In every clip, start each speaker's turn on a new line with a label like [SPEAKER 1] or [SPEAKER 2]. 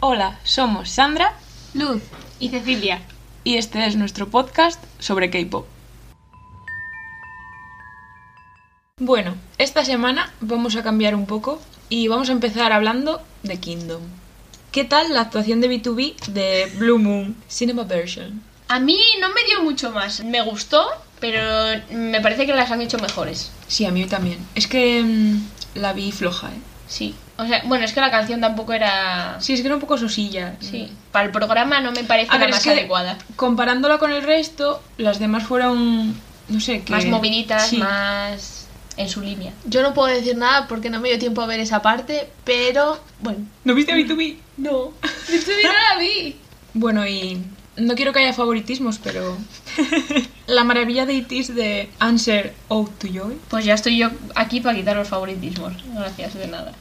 [SPEAKER 1] Hola, somos Sandra
[SPEAKER 2] Luz y Cecilia.
[SPEAKER 1] y este es nuestro podcast sobre K-pop. Bueno, esta semana vamos a cambiar un poco y vamos a empezar hablando de Kingdom. ¿Qué tal la actuación de B2B de Blue Moon Cinema Version?
[SPEAKER 2] A mí no me dio mucho más. Me gustó, pero me parece que las han hecho mejores.
[SPEAKER 1] Sí, a mí también. Es que mm, la vi floja, ¿eh?
[SPEAKER 2] Sí. O sea, bueno, es que la canción tampoco era.
[SPEAKER 1] Sí, es que era un poco sosilla.
[SPEAKER 2] Sí. Para el programa no me parece
[SPEAKER 1] Mm. A
[SPEAKER 2] la
[SPEAKER 1] ver,
[SPEAKER 2] más
[SPEAKER 1] es que
[SPEAKER 2] adecuada.
[SPEAKER 1] comparándola con el resto, las demás fueron, no sé, que...
[SPEAKER 2] Más moviditas,
[SPEAKER 1] Sí.
[SPEAKER 2] más en su línea.
[SPEAKER 3] Yo no puedo decir nada porque no me dio tiempo a ver esa parte, pero bueno,
[SPEAKER 1] ¿No viste a B2B?
[SPEAKER 3] no. Yo no la vi.
[SPEAKER 1] Bueno, y no quiero que haya favoritismos, pero... la maravilla de It is de Answer Out to Joy.
[SPEAKER 2] Pues ya estoy yo aquí para quitar los favoritismos. Gracias de nada.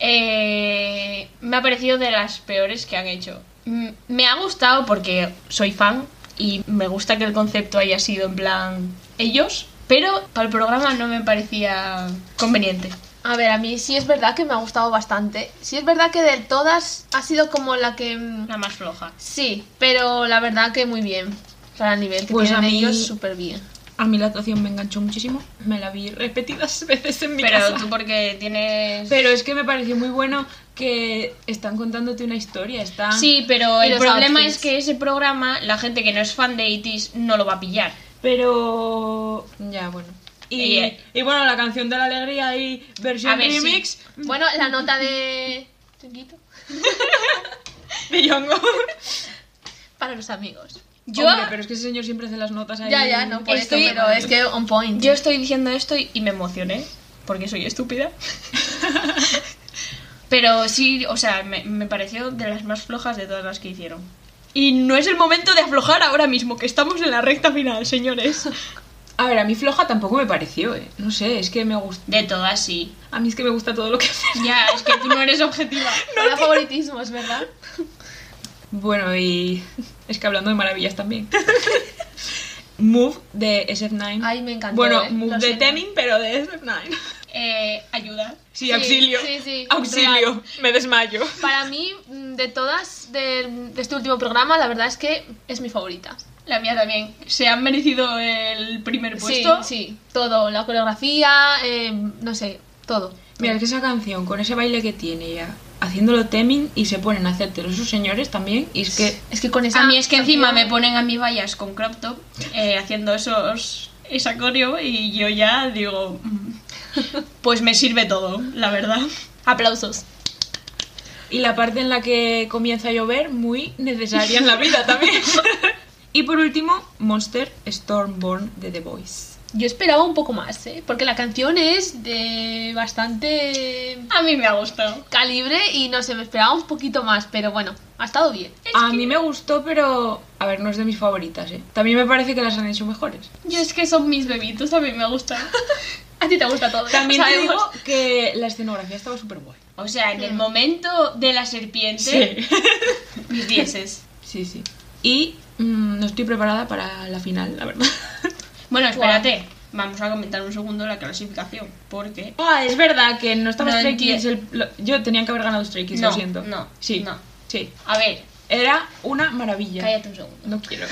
[SPEAKER 2] Eh, me ha parecido de las peores que han hecho. Mm, Me ha gustado porque soy fan y me gusta que el concepto haya sido en plan ellos, pero para el programa no me parecía conveniente.
[SPEAKER 3] A ver, a mí sí es verdad que me ha gustado bastante. Sí es verdad que de todas ha sido como la que... mm,
[SPEAKER 2] La más floja.
[SPEAKER 3] Sí, pero la verdad que muy bien. Para el nivel que
[SPEAKER 1] Pues
[SPEAKER 3] tienen
[SPEAKER 1] a mí-
[SPEAKER 3] ellos, súper bien.
[SPEAKER 1] A mí la actuación me enganchó muchísimo. Me la vi repetidas veces en mi
[SPEAKER 2] Pero
[SPEAKER 1] casa.
[SPEAKER 2] tú porque tienes...
[SPEAKER 1] Pero es que me pareció muy bueno que están contándote una historia, están...
[SPEAKER 2] Sí, pero
[SPEAKER 3] Y
[SPEAKER 2] el
[SPEAKER 3] los
[SPEAKER 2] problema
[SPEAKER 3] outfits.
[SPEAKER 2] es que ese programa, la gente que no es fan de ITIS no lo va a pillar.
[SPEAKER 1] Pero... Ya, bueno. Y,
[SPEAKER 2] Y-
[SPEAKER 1] y bueno, la canción de la alegría y
[SPEAKER 2] A
[SPEAKER 1] versión
[SPEAKER 2] ver, sí.
[SPEAKER 1] remix
[SPEAKER 3] Bueno, la nota de... Chiquito.
[SPEAKER 1] de Jungkook.
[SPEAKER 3] Para los amigos.
[SPEAKER 2] Yo...
[SPEAKER 1] Hombre, pero es que ese señor siempre hace las notas ahí.
[SPEAKER 3] Ya, ya, no por eso,
[SPEAKER 2] Estoy-
[SPEAKER 3] pero es que on point.
[SPEAKER 2] Yo estoy diciendo esto y, y me emocioné, porque soy estúpida. Pero sí, o sea, me, me pareció de las más flojas de todas las que hicieron. Y no es el momento de aflojar ahora mismo, que estamos en la recta final, señores.
[SPEAKER 1] A ver, a mí floja tampoco me pareció, eh. No sé, es que me gusta.
[SPEAKER 2] De todas, sí.
[SPEAKER 1] A mí es que me gusta todo lo que hace.
[SPEAKER 2] Ya, es que tú no eres objetiva.
[SPEAKER 3] No era favoritismo, es verdad.
[SPEAKER 1] Bueno, y. Es que hablando de maravillas también. Move de SF9.
[SPEAKER 3] Ay, me encantó,
[SPEAKER 1] Bueno,
[SPEAKER 3] eh,
[SPEAKER 1] Move
[SPEAKER 3] lo
[SPEAKER 1] de
[SPEAKER 3] sé.
[SPEAKER 1] Temin, pero de SF9.
[SPEAKER 2] Eh, ayuda.
[SPEAKER 1] Sí,
[SPEAKER 3] Sí,
[SPEAKER 1] auxilio.
[SPEAKER 3] sí, sí,
[SPEAKER 1] Auxilio,
[SPEAKER 3] real.
[SPEAKER 1] me desmayo.
[SPEAKER 3] Para mí, mm, de todas del- de, este último programa, la verdad es que es mi favorita.
[SPEAKER 2] La mía también. Se han merecido el primer
[SPEAKER 3] Sí,
[SPEAKER 2] puesto.
[SPEAKER 3] sí, todo, la coreografía, eh, no sé, todo.
[SPEAKER 1] Mira, es que esa canción, con ese baile que tiene ya, haciéndolo Temin y se ponen a hacértelo sus señores también, y es que.
[SPEAKER 3] Es que con esa...
[SPEAKER 2] A mí es que encima me
[SPEAKER 3] canción-
[SPEAKER 2] ponen a mí vallas con crop top eh, haciendo esos esa coreo y yo ya digo mm, pues me sirve todo, la verdad.
[SPEAKER 3] Aplausos.
[SPEAKER 1] Y la parte en la que comienza a llover, muy necesaria en la vida también. y por último, Monster Stormborn de The Voice.
[SPEAKER 3] Yo esperaba un poco más, ¿eh? Porque la canción es de bastante
[SPEAKER 2] A mí me ha gustado.
[SPEAKER 3] calibre y no sé, me esperaba un poquito más, pero bueno, ha estado bien.
[SPEAKER 1] a mí me gustó, pero. A ver, no es de mis favoritas, ¿eh? También me parece que las han hecho mejores.
[SPEAKER 2] Yo es que son mis bebitos, a mí me gustan.
[SPEAKER 3] A ti te gusta todo. ya
[SPEAKER 1] También
[SPEAKER 3] lo
[SPEAKER 1] te digo
[SPEAKER 3] sabemos.
[SPEAKER 1] que la escenografía estaba súper guay.
[SPEAKER 2] O sea, en el momento de la serpiente, mis dieces.
[SPEAKER 1] sí, sí. Y mm, no estoy preparada para la final, la verdad.
[SPEAKER 2] Bueno, espérate, vamos a comentar un segundo la clasificación, porque
[SPEAKER 1] Ah, es verdad que no estaba
[SPEAKER 2] No
[SPEAKER 1] Stray
[SPEAKER 2] enti-
[SPEAKER 1] Kids. el- lo- yo tenía que haber ganado Stray Kids,
[SPEAKER 2] No,
[SPEAKER 1] lo siento.
[SPEAKER 2] no,
[SPEAKER 1] Sí,
[SPEAKER 2] no.
[SPEAKER 1] sí.
[SPEAKER 2] a ver,
[SPEAKER 1] Era una maravilla.
[SPEAKER 2] cállate un segundo.
[SPEAKER 1] No quiero.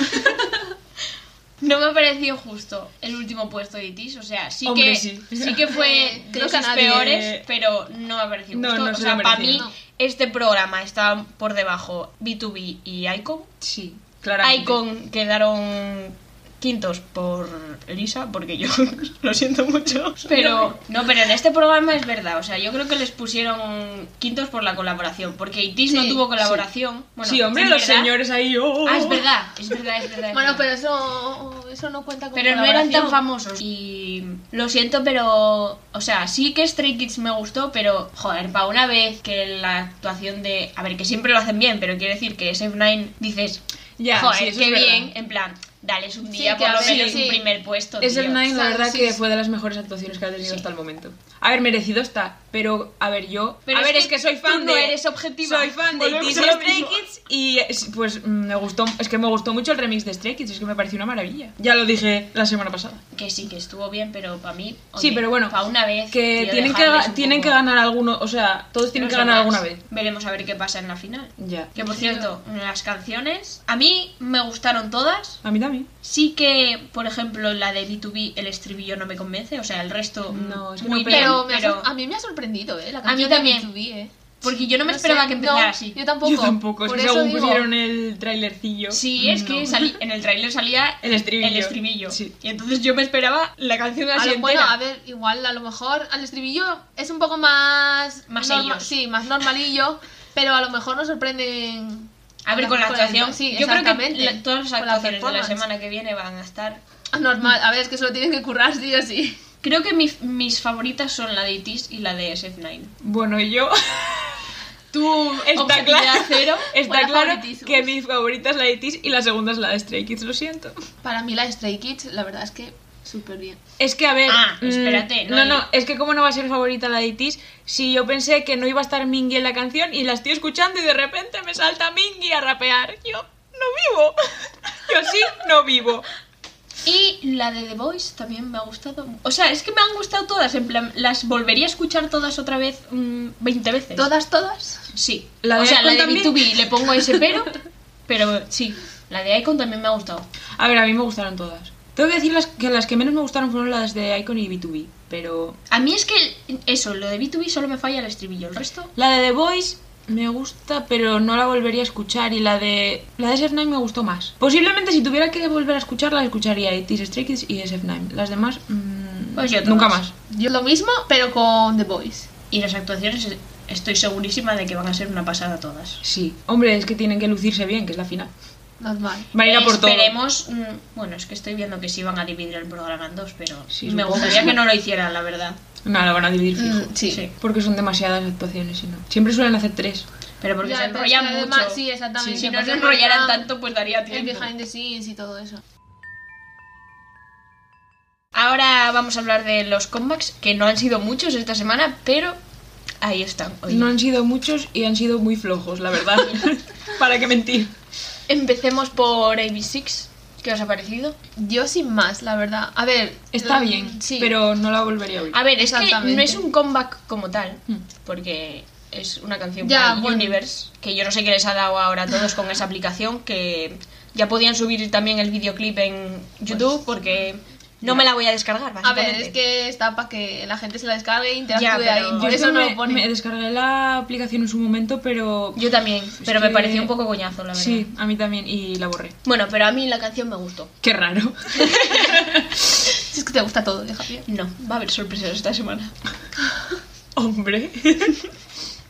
[SPEAKER 2] No me pareció justo el último puesto de Itis, o sea, sí
[SPEAKER 1] Hombre,
[SPEAKER 2] que
[SPEAKER 1] sí.
[SPEAKER 2] que fue de
[SPEAKER 3] Creo que a
[SPEAKER 2] los
[SPEAKER 3] nadie-
[SPEAKER 2] peores, pero no me pareció
[SPEAKER 1] No,
[SPEAKER 2] justo.
[SPEAKER 1] no
[SPEAKER 2] o
[SPEAKER 1] se
[SPEAKER 2] sea,
[SPEAKER 1] lo
[SPEAKER 2] para mí
[SPEAKER 1] merecía.
[SPEAKER 2] este programa estaba por debajo B2B y Icon.
[SPEAKER 1] Sí, claramente.
[SPEAKER 2] Icon quedaron quintos por Lisa, porque yo lo siento mucho, pero no, pero en este programa es verdad, o sea, yo creo que les pusieron quintos por la colaboración, porque Itis no
[SPEAKER 3] Sí,
[SPEAKER 2] tuvo colaboración. Bueno,
[SPEAKER 1] sí, hombre,
[SPEAKER 2] es
[SPEAKER 1] los
[SPEAKER 2] verdad.
[SPEAKER 1] señores ahí. oh.
[SPEAKER 2] Ah, es verdad, es verdad, es verdad. es verdad.
[SPEAKER 3] Bueno, pero eso, eso no cuenta con
[SPEAKER 2] Pero no eran tan
[SPEAKER 3] colaboración.
[SPEAKER 2] famosos. Y lo siento, pero. O sea, sí que Stray Kids me gustó, pero. Joder, para una vez que la actuación de. A ver, que siempre lo hacen bien, pero quiero decir que Save Nine dices.
[SPEAKER 1] Ya,
[SPEAKER 2] joder,
[SPEAKER 1] sí, eso
[SPEAKER 2] qué
[SPEAKER 1] es verdad.
[SPEAKER 2] bien. En plan, dales un
[SPEAKER 3] Sí,
[SPEAKER 2] día
[SPEAKER 3] que
[SPEAKER 2] por lo
[SPEAKER 3] a ver,
[SPEAKER 2] menos
[SPEAKER 3] sí.
[SPEAKER 2] un primer puesto.
[SPEAKER 1] Es
[SPEAKER 2] tío.
[SPEAKER 1] el Nine, la
[SPEAKER 3] Sabes,
[SPEAKER 1] verdad,
[SPEAKER 3] sí,
[SPEAKER 1] que
[SPEAKER 3] sí.
[SPEAKER 1] fue de las mejores actuaciones que ha tenido
[SPEAKER 2] Sí.
[SPEAKER 1] hasta el momento. A ver, merecido está, pero a ver, yo.
[SPEAKER 2] Pero
[SPEAKER 1] a
[SPEAKER 2] es
[SPEAKER 1] ver,
[SPEAKER 2] que
[SPEAKER 1] es que soy
[SPEAKER 2] tú
[SPEAKER 1] fan
[SPEAKER 2] no
[SPEAKER 1] de.
[SPEAKER 2] eres objetiva.
[SPEAKER 1] Soy fan de
[SPEAKER 2] Volvemos
[SPEAKER 1] This
[SPEAKER 2] a lo
[SPEAKER 1] Stray
[SPEAKER 2] mismo.
[SPEAKER 1] Kids y es- pues mm, me gustó. Es que me gustó mucho el remix de Stray Kids, es que me pareció una maravilla. Ya lo dije la semana pasada.
[SPEAKER 2] Que sí, que estuvo bien, pero para mí.
[SPEAKER 1] sí, pero bueno.
[SPEAKER 2] Para una vez.
[SPEAKER 1] Que
[SPEAKER 2] tío,
[SPEAKER 1] tienen, que,
[SPEAKER 2] dejarles
[SPEAKER 1] ga-
[SPEAKER 2] un
[SPEAKER 1] tienen
[SPEAKER 2] poco-
[SPEAKER 1] que ganar alguno. O sea, todos tienen
[SPEAKER 2] los
[SPEAKER 1] que ganar
[SPEAKER 2] demás.
[SPEAKER 1] alguna vez.
[SPEAKER 2] Veremos a ver qué pasa en la final.
[SPEAKER 1] Ya.
[SPEAKER 2] Que por cierto, las canciones. A mí me gustaron todas.
[SPEAKER 1] A mí también.
[SPEAKER 2] Sí que, por ejemplo, la de B2B, el estribillo no me convence. O sea, el resto. mm,
[SPEAKER 1] No, es que
[SPEAKER 2] muy
[SPEAKER 1] no
[SPEAKER 2] bien,
[SPEAKER 1] pega.
[SPEAKER 2] pero.
[SPEAKER 3] Pero, me ha sor- a mí me ha sorprendido, ¿eh? La
[SPEAKER 2] A mí
[SPEAKER 3] canción de
[SPEAKER 2] también.
[SPEAKER 3] B2B, ¿eh?
[SPEAKER 2] Porque yo no me
[SPEAKER 3] No
[SPEAKER 2] esperaba
[SPEAKER 3] sé,
[SPEAKER 2] que empezara
[SPEAKER 3] no,
[SPEAKER 2] así.
[SPEAKER 3] Yo tampoco.
[SPEAKER 1] Yo tampoco. Es
[SPEAKER 3] Por
[SPEAKER 1] que
[SPEAKER 3] eso
[SPEAKER 1] según
[SPEAKER 3] digo,
[SPEAKER 1] pusieron el trailercillo.
[SPEAKER 2] Sí, es que
[SPEAKER 1] no.
[SPEAKER 2] salí- en el tráiler salía
[SPEAKER 1] El estribillo.
[SPEAKER 2] el estribillo.
[SPEAKER 1] Sí.
[SPEAKER 2] Y entonces yo me esperaba la canción
[SPEAKER 3] a
[SPEAKER 2] así
[SPEAKER 3] lo- bueno,
[SPEAKER 2] entera.
[SPEAKER 3] a ver, igual a lo mejor al estribillo es un poco más.
[SPEAKER 2] Más
[SPEAKER 3] norma-
[SPEAKER 2] ellos.
[SPEAKER 3] Sí, más normalillo, pero a lo mejor nos sorprenden.
[SPEAKER 2] A ver, con la actuación.
[SPEAKER 3] Sí,
[SPEAKER 2] yo creo que
[SPEAKER 3] exactamente,
[SPEAKER 2] la- todas las
[SPEAKER 3] con la
[SPEAKER 2] actuaciones de la
[SPEAKER 3] performance.
[SPEAKER 2] semana que viene van a estar.
[SPEAKER 3] Normal, a ver, es que se lo tienen que currar, sí o sí.
[SPEAKER 2] Creo que mis, mis favoritas son la de ITIS y la de SF9.
[SPEAKER 1] Bueno, y yo. Tú. Está
[SPEAKER 2] objetividad
[SPEAKER 1] claro,
[SPEAKER 2] cero.
[SPEAKER 1] está
[SPEAKER 3] Hola,
[SPEAKER 1] claro
[SPEAKER 3] favoritismos.
[SPEAKER 1] que mi favorita es la de Tis y la segunda es la de Stray Kids, lo siento.
[SPEAKER 3] Para mí, la Stray Kids, la verdad es que súper bien.
[SPEAKER 1] Es que a ver.
[SPEAKER 2] Ah,
[SPEAKER 1] mm,
[SPEAKER 2] espérate, no
[SPEAKER 1] No,
[SPEAKER 2] hay-
[SPEAKER 1] no, es que cómo no va a ser favorita la de Tis si yo pensé que no iba a estar Mingy en la canción y la estoy escuchando y de repente me salta Mingy a rapear. Yo no vivo. Yo sí no vivo.
[SPEAKER 2] Y la de The Voice también me ha gustado. O sea, es que me han gustado todas. En plan, las volvería a escuchar todas otra vez mm, 20 veces.
[SPEAKER 3] ¿Todas, todas?
[SPEAKER 2] Sí.
[SPEAKER 1] ¿La de
[SPEAKER 2] o sea, la
[SPEAKER 1] Icon
[SPEAKER 2] de
[SPEAKER 1] también?
[SPEAKER 2] B2B le pongo ese pero. Pero sí, la de Icon también me ha gustado.
[SPEAKER 1] A ver, a mí me gustaron todas. Tengo que decir las que las que menos me gustaron fueron las de Icon y B2B, pero
[SPEAKER 2] A mí es que eso, lo de B2B solo me falla el estribillo. El resto.
[SPEAKER 1] La de The Voice me gusta, pero no la volvería a escuchar. Y la de. La de SF9 me gustó más. Posiblemente si tuviera que volver a escucharla, la escucharía It is Stray Kids y SF9. Las demás. mm,
[SPEAKER 2] Pues yo todas.
[SPEAKER 1] nunca más.
[SPEAKER 3] Yo lo mismo, pero con The Boys.
[SPEAKER 2] Y las actuaciones estoy segurísima de que van a ser una pasada todas.
[SPEAKER 1] Sí. Hombre, es que tienen que lucirse bien, que es la final.
[SPEAKER 3] Normal.
[SPEAKER 1] Van a ir a por todo.
[SPEAKER 2] Esperemos. mm, Bueno, es que estoy viendo que sí van a dividir el programa en dos, pero
[SPEAKER 1] Sí,
[SPEAKER 2] me
[SPEAKER 1] supongo.
[SPEAKER 2] gustaría que no lo hicieran, la verdad.
[SPEAKER 1] No, la van a dividir fijo.
[SPEAKER 3] Mm, sí.
[SPEAKER 2] Sí.
[SPEAKER 1] Porque son demasiadas actuaciones y no. Siempre suelen hacer tres.
[SPEAKER 2] Pero porque
[SPEAKER 3] Ya,
[SPEAKER 2] se
[SPEAKER 3] pero
[SPEAKER 2] enrollan
[SPEAKER 3] es que
[SPEAKER 2] mucho.
[SPEAKER 3] además- sí, exactamente.
[SPEAKER 2] Si no
[SPEAKER 3] Porque
[SPEAKER 2] se enrollaran
[SPEAKER 3] enrollan
[SPEAKER 2] tanto, pues daría
[SPEAKER 3] El
[SPEAKER 2] tiempo.
[SPEAKER 3] behind the scenes y todo eso.
[SPEAKER 2] Ahora vamos a hablar de los comebacks, que no han sido muchos esta semana, pero ahí están. Oye,
[SPEAKER 1] No han sido muchos y han sido muy flojos, la verdad. ¿Para qué mentir?
[SPEAKER 2] Empecemos por AB6. ¿Qué os ha parecido?
[SPEAKER 3] Yo sin más, la verdad. A ver.
[SPEAKER 1] Está
[SPEAKER 3] mm,
[SPEAKER 1] bien,
[SPEAKER 3] sí. Ah,
[SPEAKER 1] pero no la volvería a oír.
[SPEAKER 2] A ver, es que
[SPEAKER 3] Exactamente.
[SPEAKER 2] no es un comeback como tal,
[SPEAKER 1] Hmm.
[SPEAKER 2] porque es una canción
[SPEAKER 3] Ya,
[SPEAKER 2] para
[SPEAKER 3] bueno.
[SPEAKER 2] Universe, que yo no sé qué les ha dado ahora a todos con esa aplicación, que ya podían subir también el videoclip en YouTube, porque no me la voy a descargar,
[SPEAKER 3] A ver,
[SPEAKER 2] básicamente.
[SPEAKER 3] es que está para que la gente se la descargue e interactúe
[SPEAKER 2] Ya, pero-
[SPEAKER 3] ahí.
[SPEAKER 2] Yo
[SPEAKER 1] Yo
[SPEAKER 3] Por
[SPEAKER 1] es
[SPEAKER 3] eso
[SPEAKER 1] que
[SPEAKER 3] no
[SPEAKER 1] me,
[SPEAKER 3] lo pone.
[SPEAKER 1] me descargué la aplicación en su momento, pero.
[SPEAKER 2] Yo también, pero me
[SPEAKER 1] que-
[SPEAKER 2] pareció un poco coñazo, la verdad.
[SPEAKER 1] Sí, a mí también, y la borré.
[SPEAKER 2] Bueno, pero a mí la canción me gustó.
[SPEAKER 1] Qué raro.
[SPEAKER 3] Si es que te gusta todo, deja bien.
[SPEAKER 2] No, va a haber sorpresas esta semana.
[SPEAKER 1] Hombre.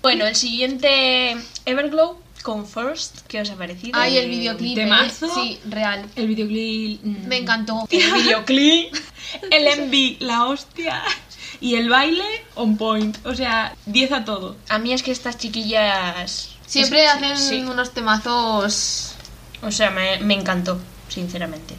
[SPEAKER 2] Bueno, el siguiente Everglow con First, ¿qué os ha parecido?
[SPEAKER 3] Ay, el videoclip. ¿eh?
[SPEAKER 1] temazo.
[SPEAKER 3] Sí, real.
[SPEAKER 1] El videoclip. mm,
[SPEAKER 3] Me encantó.
[SPEAKER 2] El videoclip.
[SPEAKER 1] El envy, la hostia. Y el baile, on point. O sea, 10 a todo.
[SPEAKER 2] A mí es que estas chiquillas...
[SPEAKER 3] Siempre
[SPEAKER 2] Sí,
[SPEAKER 3] hacen
[SPEAKER 2] sí.
[SPEAKER 3] unos temazos.
[SPEAKER 2] O sea, me, me encantó, sinceramente.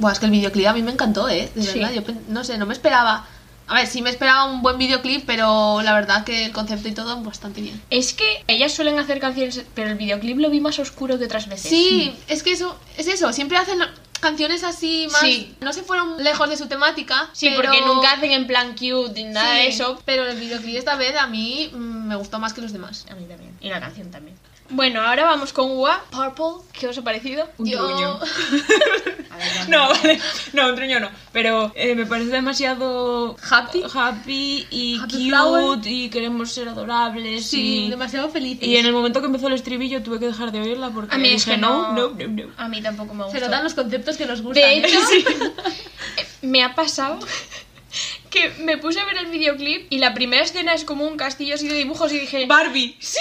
[SPEAKER 3] Buah, es que el videoclip a mí me encantó, ¿eh? De
[SPEAKER 2] Sí.
[SPEAKER 3] verdad, yo pen- no sé, no me esperaba. A ver, sí me esperaba un buen videoclip, pero la verdad que el concepto y todo bastante bien.
[SPEAKER 2] Es que ellas suelen hacer canciones, pero el videoclip lo vi más oscuro que otras veces.
[SPEAKER 3] Sí, es que eso, es eso, siempre hacen canciones así más...
[SPEAKER 2] Sí.
[SPEAKER 3] No se fueron lejos de su temática.
[SPEAKER 2] Sí,
[SPEAKER 3] pero-
[SPEAKER 2] porque nunca hacen en plan cute ni nada
[SPEAKER 3] Sí,
[SPEAKER 2] de eso.
[SPEAKER 3] Pero el videoclip esta vez a mí mm, me gustó más que los demás.
[SPEAKER 2] A mí también. Y la canción también. Bueno, ahora vamos con Wa, Purple. ¿Qué os ha parecido?
[SPEAKER 1] Un
[SPEAKER 3] Yo-
[SPEAKER 1] truño.
[SPEAKER 2] A ver, vamos.
[SPEAKER 1] No, vale. No, un truño no. Pero eh, me parece demasiado.
[SPEAKER 3] Happy.
[SPEAKER 1] Happy y
[SPEAKER 3] Happy
[SPEAKER 1] cute
[SPEAKER 3] flower.
[SPEAKER 1] y queremos ser adorables. y...
[SPEAKER 3] demasiado feliz.
[SPEAKER 1] Y en el momento que empezó el estribillo tuve que dejar de oírla porque
[SPEAKER 2] A mí es
[SPEAKER 1] dije,
[SPEAKER 2] que no.
[SPEAKER 1] no, no, no. no.
[SPEAKER 2] A mí tampoco me
[SPEAKER 3] Se
[SPEAKER 2] gustó.
[SPEAKER 3] notan los conceptos que nos gustan.
[SPEAKER 2] De
[SPEAKER 3] ¿eh?
[SPEAKER 2] hecho, me ha pasado que me puse a ver el videoclip y la primera escena es como un castillo así de dibujos y dije...
[SPEAKER 1] Barbie. Sí.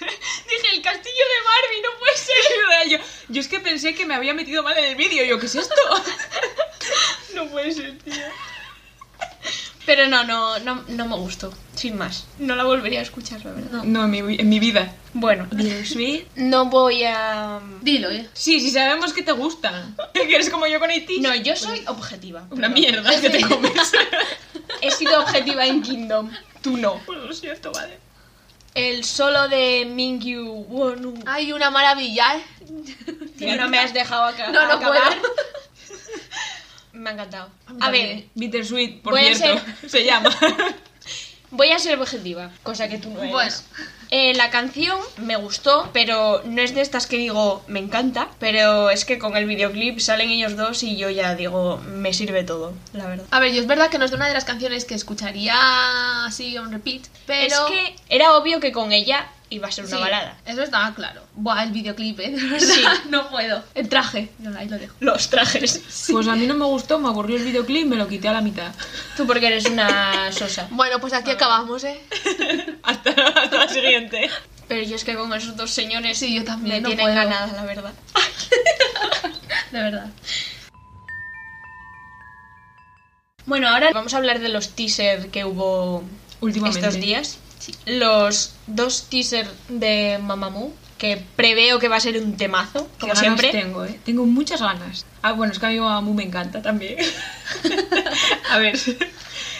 [SPEAKER 2] Dije, el castillo de Barbie, no puede ser.
[SPEAKER 1] Yo, yo es que pensé que me había metido mal en el vídeo. Yo, ¿qué es esto?
[SPEAKER 2] No puede ser, tío. Pero no, no, no, no me gustó, sin más. No la volvería a escuchar, la verdad.
[SPEAKER 3] No.
[SPEAKER 1] No, en mi, vi- en mi vida.
[SPEAKER 2] Bueno,
[SPEAKER 1] Beat.
[SPEAKER 2] no voy a...
[SPEAKER 3] Dilo, eh.
[SPEAKER 1] Sí, sí sabemos que te gusta. Que eres como yo con Haití.
[SPEAKER 2] No, yo soy objetiva.
[SPEAKER 1] Una
[SPEAKER 2] perdón.
[SPEAKER 1] mierda que te comes.
[SPEAKER 2] He sido objetiva en Kingdom, tú no.
[SPEAKER 1] pues lo siento, vale.
[SPEAKER 2] El solo de Mingyu Wonu.
[SPEAKER 3] Ay, una maravilla, eh.
[SPEAKER 2] Tío, no me has dejado acá.
[SPEAKER 3] No, no
[SPEAKER 2] acabar. Me ha encantado. A ver,
[SPEAKER 1] Bittersweet, por
[SPEAKER 2] Voy a
[SPEAKER 1] cierto. Se llama.
[SPEAKER 2] voy a ser objetiva, cosa que tú no eres.
[SPEAKER 3] Bueno.
[SPEAKER 2] Eh, la canción me gustó, pero no es de estas que digo me encanta, pero es que con el videoclip salen ellos dos y yo ya digo me sirve todo, la verdad.
[SPEAKER 3] A ver, yo es verdad que no es de una de las canciones que escucharía así on repeat, pero...
[SPEAKER 2] Es que era obvio que con ella iba a ser una
[SPEAKER 3] Sí,
[SPEAKER 2] balada.
[SPEAKER 3] Eso estaba claro. Buah, el videoclip, eh. De verdad,
[SPEAKER 2] Sí.
[SPEAKER 3] no puedo. El traje. No, ahí lo dejo.
[SPEAKER 2] Los trajes.
[SPEAKER 1] Pues a mí no me gustó, me aburrió el videoclip y me lo quité a la mitad.
[SPEAKER 2] Tú porque eres una sosa.
[SPEAKER 3] Bueno, pues aquí acabamos, eh.
[SPEAKER 1] Hasta, hasta la siguiente.
[SPEAKER 2] Pero yo es que con esos dos señores
[SPEAKER 3] Sí, yo también,
[SPEAKER 2] me
[SPEAKER 3] no
[SPEAKER 2] tienen
[SPEAKER 3] puedo.
[SPEAKER 2] ganada, la verdad.
[SPEAKER 3] De verdad.
[SPEAKER 2] Bueno, ahora vamos a hablar de los teaser que hubo
[SPEAKER 1] Últimamente.
[SPEAKER 2] estos días. Los dos teaser de Mamamoo, que preveo que va a ser un temazo,
[SPEAKER 1] Qué
[SPEAKER 2] como
[SPEAKER 1] ganas
[SPEAKER 2] siempre.
[SPEAKER 1] tengo, ¿eh? Tengo muchas ganas. Ah, bueno, es que a mí Mamamoo me encanta también. a ver.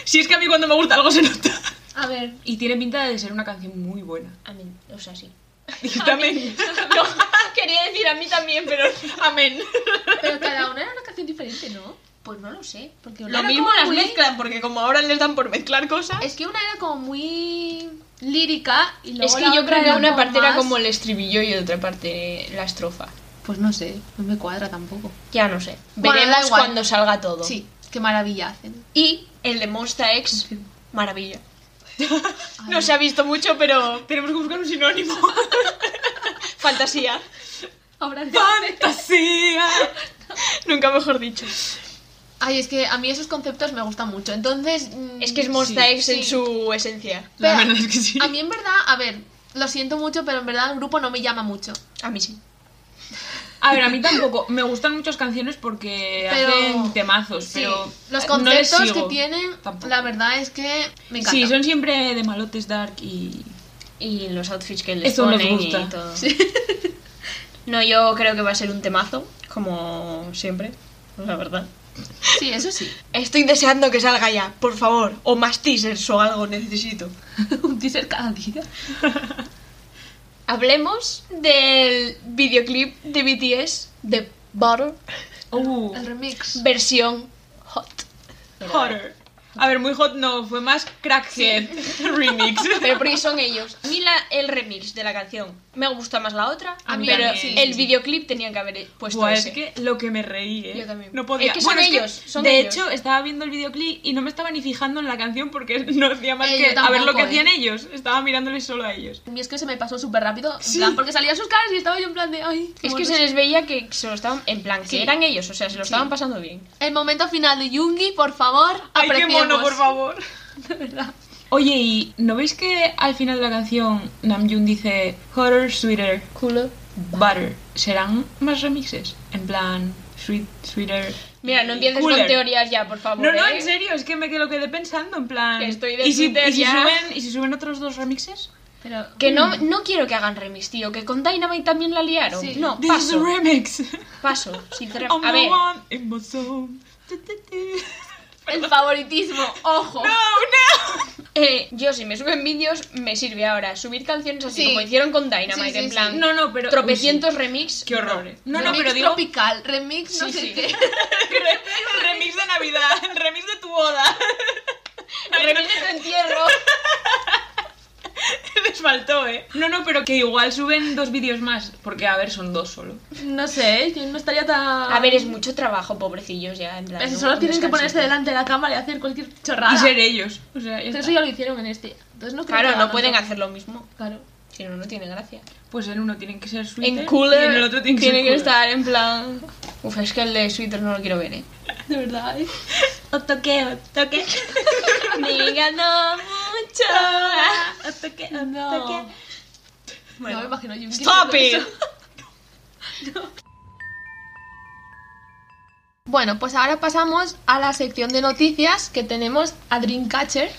[SPEAKER 1] Si es que a mí cuando me gusta algo se nota.
[SPEAKER 3] A ver.
[SPEAKER 1] Y tiene pinta de ser una canción muy buena.
[SPEAKER 2] A mí, o sea, sí.
[SPEAKER 1] Directamente.
[SPEAKER 2] No, quería decir a mí también, pero
[SPEAKER 1] Amén.
[SPEAKER 3] Pero cada una era una canción diferente, ¿no?
[SPEAKER 2] pues no lo sé.
[SPEAKER 3] Porque una
[SPEAKER 2] Lo
[SPEAKER 3] era
[SPEAKER 2] mismo
[SPEAKER 3] como
[SPEAKER 2] las
[SPEAKER 3] muy-
[SPEAKER 2] mezclan, porque como ahora les dan por mezclar cosas.
[SPEAKER 3] Es que una era como muy lírica y luego
[SPEAKER 2] Es que
[SPEAKER 3] la
[SPEAKER 2] yo
[SPEAKER 3] otra
[SPEAKER 2] creo que
[SPEAKER 3] era
[SPEAKER 2] una parte era
[SPEAKER 3] más-
[SPEAKER 2] como el estribillo y otra parte la estrofa.
[SPEAKER 3] Pues no sé, no me cuadra tampoco.
[SPEAKER 2] Ya no sé.
[SPEAKER 3] Bueno, da
[SPEAKER 2] Veremos
[SPEAKER 3] igual.
[SPEAKER 2] cuando salga todo.
[SPEAKER 3] Sí, qué maravilla hacen.
[SPEAKER 2] Y el de Monsta X,
[SPEAKER 3] Confirmo.
[SPEAKER 2] maravilla.
[SPEAKER 3] Ay.
[SPEAKER 2] No se ha visto mucho, pero
[SPEAKER 1] Tenemos que buscar un sinónimo.
[SPEAKER 2] fantasía.
[SPEAKER 3] Ahora ya.
[SPEAKER 1] ¡Fantasía!
[SPEAKER 2] Nunca mejor dicho.
[SPEAKER 3] Ay, es que a mí esos conceptos me gustan mucho. Entonces. mm,
[SPEAKER 2] Es que es Monsta
[SPEAKER 1] Sí,
[SPEAKER 2] X en
[SPEAKER 3] sí.
[SPEAKER 2] su esencia.
[SPEAKER 1] La
[SPEAKER 3] Pero-
[SPEAKER 1] verdad es que sí.
[SPEAKER 3] A mí en verdad, a ver, lo siento mucho, pero en verdad el grupo no me llama mucho.
[SPEAKER 2] A mí sí.
[SPEAKER 1] A ver, a mí tampoco. Me gustan muchas canciones porque
[SPEAKER 3] Pero-
[SPEAKER 1] hacen temazos,
[SPEAKER 3] Sí,
[SPEAKER 1] pero. eh,
[SPEAKER 3] los
[SPEAKER 1] no les
[SPEAKER 3] conceptos
[SPEAKER 1] sigo.
[SPEAKER 3] que tienen,
[SPEAKER 1] Tampoco.
[SPEAKER 3] la verdad es que me encanta.
[SPEAKER 1] Sí, son siempre de malotes dark y.
[SPEAKER 2] Y los outfits que les
[SPEAKER 1] Eso nos
[SPEAKER 2] ponen
[SPEAKER 1] gusta.
[SPEAKER 2] y todo. No, yo creo que va a ser un temazo, como siempre, la verdad.
[SPEAKER 3] Sí, eso sí.
[SPEAKER 2] Estoy deseando que salga ya, por favor. O más teasers o algo necesito.
[SPEAKER 3] Un teaser cada día.
[SPEAKER 2] Hablemos del videoclip de BTS de Butter,
[SPEAKER 1] Uh,
[SPEAKER 3] El remix.
[SPEAKER 2] versión hot.
[SPEAKER 1] hotter. A ver, muy hot no, fue más crackhead remix.
[SPEAKER 2] Pero porque son ellos. A mí la, el remix de la canción me gusta más la otra.
[SPEAKER 1] A
[SPEAKER 3] mí
[SPEAKER 2] pero
[SPEAKER 3] también,
[SPEAKER 2] el
[SPEAKER 3] sí.
[SPEAKER 2] videoclip tenían que haber puesto
[SPEAKER 1] Buah,
[SPEAKER 2] ese.
[SPEAKER 1] es que lo que me reí, ¿eh?
[SPEAKER 2] Yo también.
[SPEAKER 1] No podía.
[SPEAKER 2] Es que son
[SPEAKER 1] Bueno,
[SPEAKER 2] ellos, son
[SPEAKER 1] de
[SPEAKER 2] ellos.
[SPEAKER 1] hecho, estaba viendo el videoclip y no me estaba ni fijando en la canción porque no hacía más
[SPEAKER 3] Eh,
[SPEAKER 1] que
[SPEAKER 3] yo
[SPEAKER 1] a ver lo
[SPEAKER 3] tampoco,
[SPEAKER 1] que
[SPEAKER 3] eh.
[SPEAKER 1] hacían ellos. Estaba mirándoles solo a ellos.
[SPEAKER 3] A mí es que se me pasó súper rápido. en
[SPEAKER 1] Sí.
[SPEAKER 3] plan, porque salían sus caras y estaba yo en plan de. Ay, qué
[SPEAKER 2] Es que
[SPEAKER 3] monos".
[SPEAKER 2] se les veía que se lo estaban. En plan,
[SPEAKER 3] Sí.
[SPEAKER 2] que eran ellos, o sea, se lo estaban pasando bien.
[SPEAKER 3] El momento final de Yungi, por favor.
[SPEAKER 1] ¡Ay, qué
[SPEAKER 3] apreciemos.
[SPEAKER 1] mono, por favor!
[SPEAKER 3] De verdad.
[SPEAKER 1] Oye, ¿y no veis que al final de la canción Namjoon dice Hotter, sweeter,
[SPEAKER 2] Culo.
[SPEAKER 1] butter? ¿Serán más remixes? En plan, sweet, sweeter.
[SPEAKER 2] Mira, no empieces
[SPEAKER 1] Cooler.
[SPEAKER 2] con teorías ya, por favor.
[SPEAKER 1] No, no,
[SPEAKER 2] ¿eh?
[SPEAKER 1] en serio, es que me que lo quedé pensando, en plan.
[SPEAKER 2] Que estoy de
[SPEAKER 1] ¿y si,
[SPEAKER 2] Twitter
[SPEAKER 1] y si
[SPEAKER 2] ya.
[SPEAKER 1] suben, ¿Y si suben otros dos remixes?
[SPEAKER 3] Pero.
[SPEAKER 2] Que no, no quiero que hagan remix, tío. Que con Dynamite también la liaron.
[SPEAKER 3] Sí.
[SPEAKER 2] No,
[SPEAKER 1] This is Oh, a
[SPEAKER 2] paso.
[SPEAKER 1] remix.
[SPEAKER 2] Paso, sinceramente.
[SPEAKER 1] I'm
[SPEAKER 2] A
[SPEAKER 1] the
[SPEAKER 2] ver,
[SPEAKER 1] one in my soul. Tu, tu, tu.
[SPEAKER 3] El favoritismo,
[SPEAKER 1] Oh.
[SPEAKER 3] ojo.
[SPEAKER 2] eh, yo si me suben vídeos, me sirve ahora subir canciones así
[SPEAKER 3] Sí.
[SPEAKER 2] como hicieron con Dynamite.
[SPEAKER 3] Sí, sí,
[SPEAKER 2] en plan,
[SPEAKER 3] sí.
[SPEAKER 1] No, no, pero.
[SPEAKER 2] tropecientos remix.
[SPEAKER 1] Qué horror. No,
[SPEAKER 2] no.
[SPEAKER 1] no,
[SPEAKER 3] remix
[SPEAKER 1] pero digo.
[SPEAKER 3] tropical, remix no
[SPEAKER 2] Sí,
[SPEAKER 3] sé
[SPEAKER 2] sí.
[SPEAKER 3] qué.
[SPEAKER 1] El remix de Navidad, el remix de tu boda.
[SPEAKER 2] Remix de tu entierro.
[SPEAKER 1] Les faltó, ¿eh? No, no, pero que igual suben dos vídeos más. Porque, a ver, son dos solo.
[SPEAKER 3] No sé, ¿eh? yo no estaría tan.
[SPEAKER 2] A ver, es mucho trabajo, pobrecillos ya. En plan,
[SPEAKER 3] Es que
[SPEAKER 2] un-
[SPEAKER 3] solo
[SPEAKER 2] un
[SPEAKER 3] tienes que
[SPEAKER 2] descansito.
[SPEAKER 3] ponerse delante de la cámara y hacer cualquier chorrada.
[SPEAKER 1] Y ser ellos. O sea, ya
[SPEAKER 3] Pero
[SPEAKER 1] está.
[SPEAKER 3] eso ya lo hicieron en este. Entonces no creo que
[SPEAKER 2] Claro,
[SPEAKER 3] hagan
[SPEAKER 2] no pueden
[SPEAKER 3] tanto.
[SPEAKER 2] hacer lo mismo.
[SPEAKER 3] Claro.
[SPEAKER 2] Si no, no tiene gracia.
[SPEAKER 1] Pues en uno tienen que ser sweeter.
[SPEAKER 2] En cooler
[SPEAKER 1] Y en el otro tienen que
[SPEAKER 2] tiene
[SPEAKER 1] ser
[SPEAKER 2] que
[SPEAKER 1] cooler.
[SPEAKER 2] estar en plan. Uf, es que el de Sweater no lo quiero ver, eh.
[SPEAKER 3] De verdad, ¿eh?
[SPEAKER 1] O toque, o toque.
[SPEAKER 2] Diga no mucho.
[SPEAKER 1] O toque, o
[SPEAKER 3] No.
[SPEAKER 1] toque.
[SPEAKER 3] No me imagino yo. un
[SPEAKER 2] ¡Stop
[SPEAKER 3] diciendo
[SPEAKER 2] it!
[SPEAKER 3] eso. Bueno, pues ahora pasamos a la sección de noticias que tenemos a Dreamcatcher,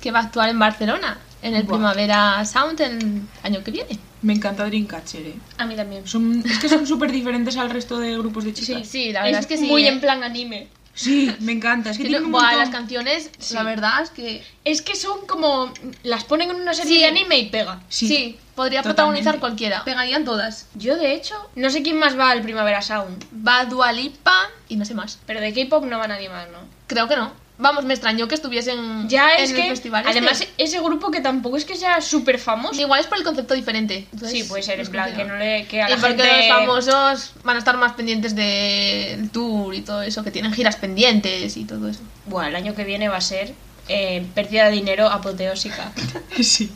[SPEAKER 3] que va a actuar en Barcelona, en el
[SPEAKER 1] Buah.
[SPEAKER 3] Primavera Sound el año que viene.
[SPEAKER 1] Me encanta Dreamcatcher, ¿eh?
[SPEAKER 2] A mí también.
[SPEAKER 1] Son, es que son súper diferentes al resto de grupos de
[SPEAKER 3] Sí,
[SPEAKER 1] chicas.
[SPEAKER 3] sí, la verdad es, que sí.
[SPEAKER 2] Muy
[SPEAKER 3] ¿eh?
[SPEAKER 2] en plan anime.
[SPEAKER 1] Sí, me encanta. Es que
[SPEAKER 3] Tiene-
[SPEAKER 1] tienen un
[SPEAKER 3] buah,
[SPEAKER 1] montón.
[SPEAKER 3] las canciones, la verdad es que
[SPEAKER 2] Es que son como. Las ponen en una serie
[SPEAKER 3] Sí.
[SPEAKER 2] de anime y pega.
[SPEAKER 1] Sí.
[SPEAKER 3] sí, podría
[SPEAKER 1] totalmente.
[SPEAKER 3] protagonizar cualquiera. Pegarían todas.
[SPEAKER 2] Yo, de hecho, no sé quién más va al Primavera Sound.
[SPEAKER 3] Va Dua Lipa y no sé más.
[SPEAKER 2] Pero de K-pop no van a animar, ¿no?
[SPEAKER 3] Creo que no. Vamos, me extrañó que estuviesen
[SPEAKER 2] Ya
[SPEAKER 3] en
[SPEAKER 2] es
[SPEAKER 3] el
[SPEAKER 2] que.
[SPEAKER 3] festival. este.
[SPEAKER 2] Además, ese grupo que tampoco es que sea súper famoso.
[SPEAKER 3] igual es por el concepto diferente.
[SPEAKER 2] Sí,
[SPEAKER 3] Entonces,
[SPEAKER 2] puede ser, en
[SPEAKER 3] no
[SPEAKER 2] plan,
[SPEAKER 3] sé.
[SPEAKER 2] que no le. Que a la
[SPEAKER 3] y porque
[SPEAKER 2] gente-
[SPEAKER 3] los famosos van a estar más pendientes del tour y todo eso, que tienen giras pendientes y todo eso.
[SPEAKER 2] Buah, el año que viene va a ser. eh, pérdida de dinero apoteósica.
[SPEAKER 1] Sí.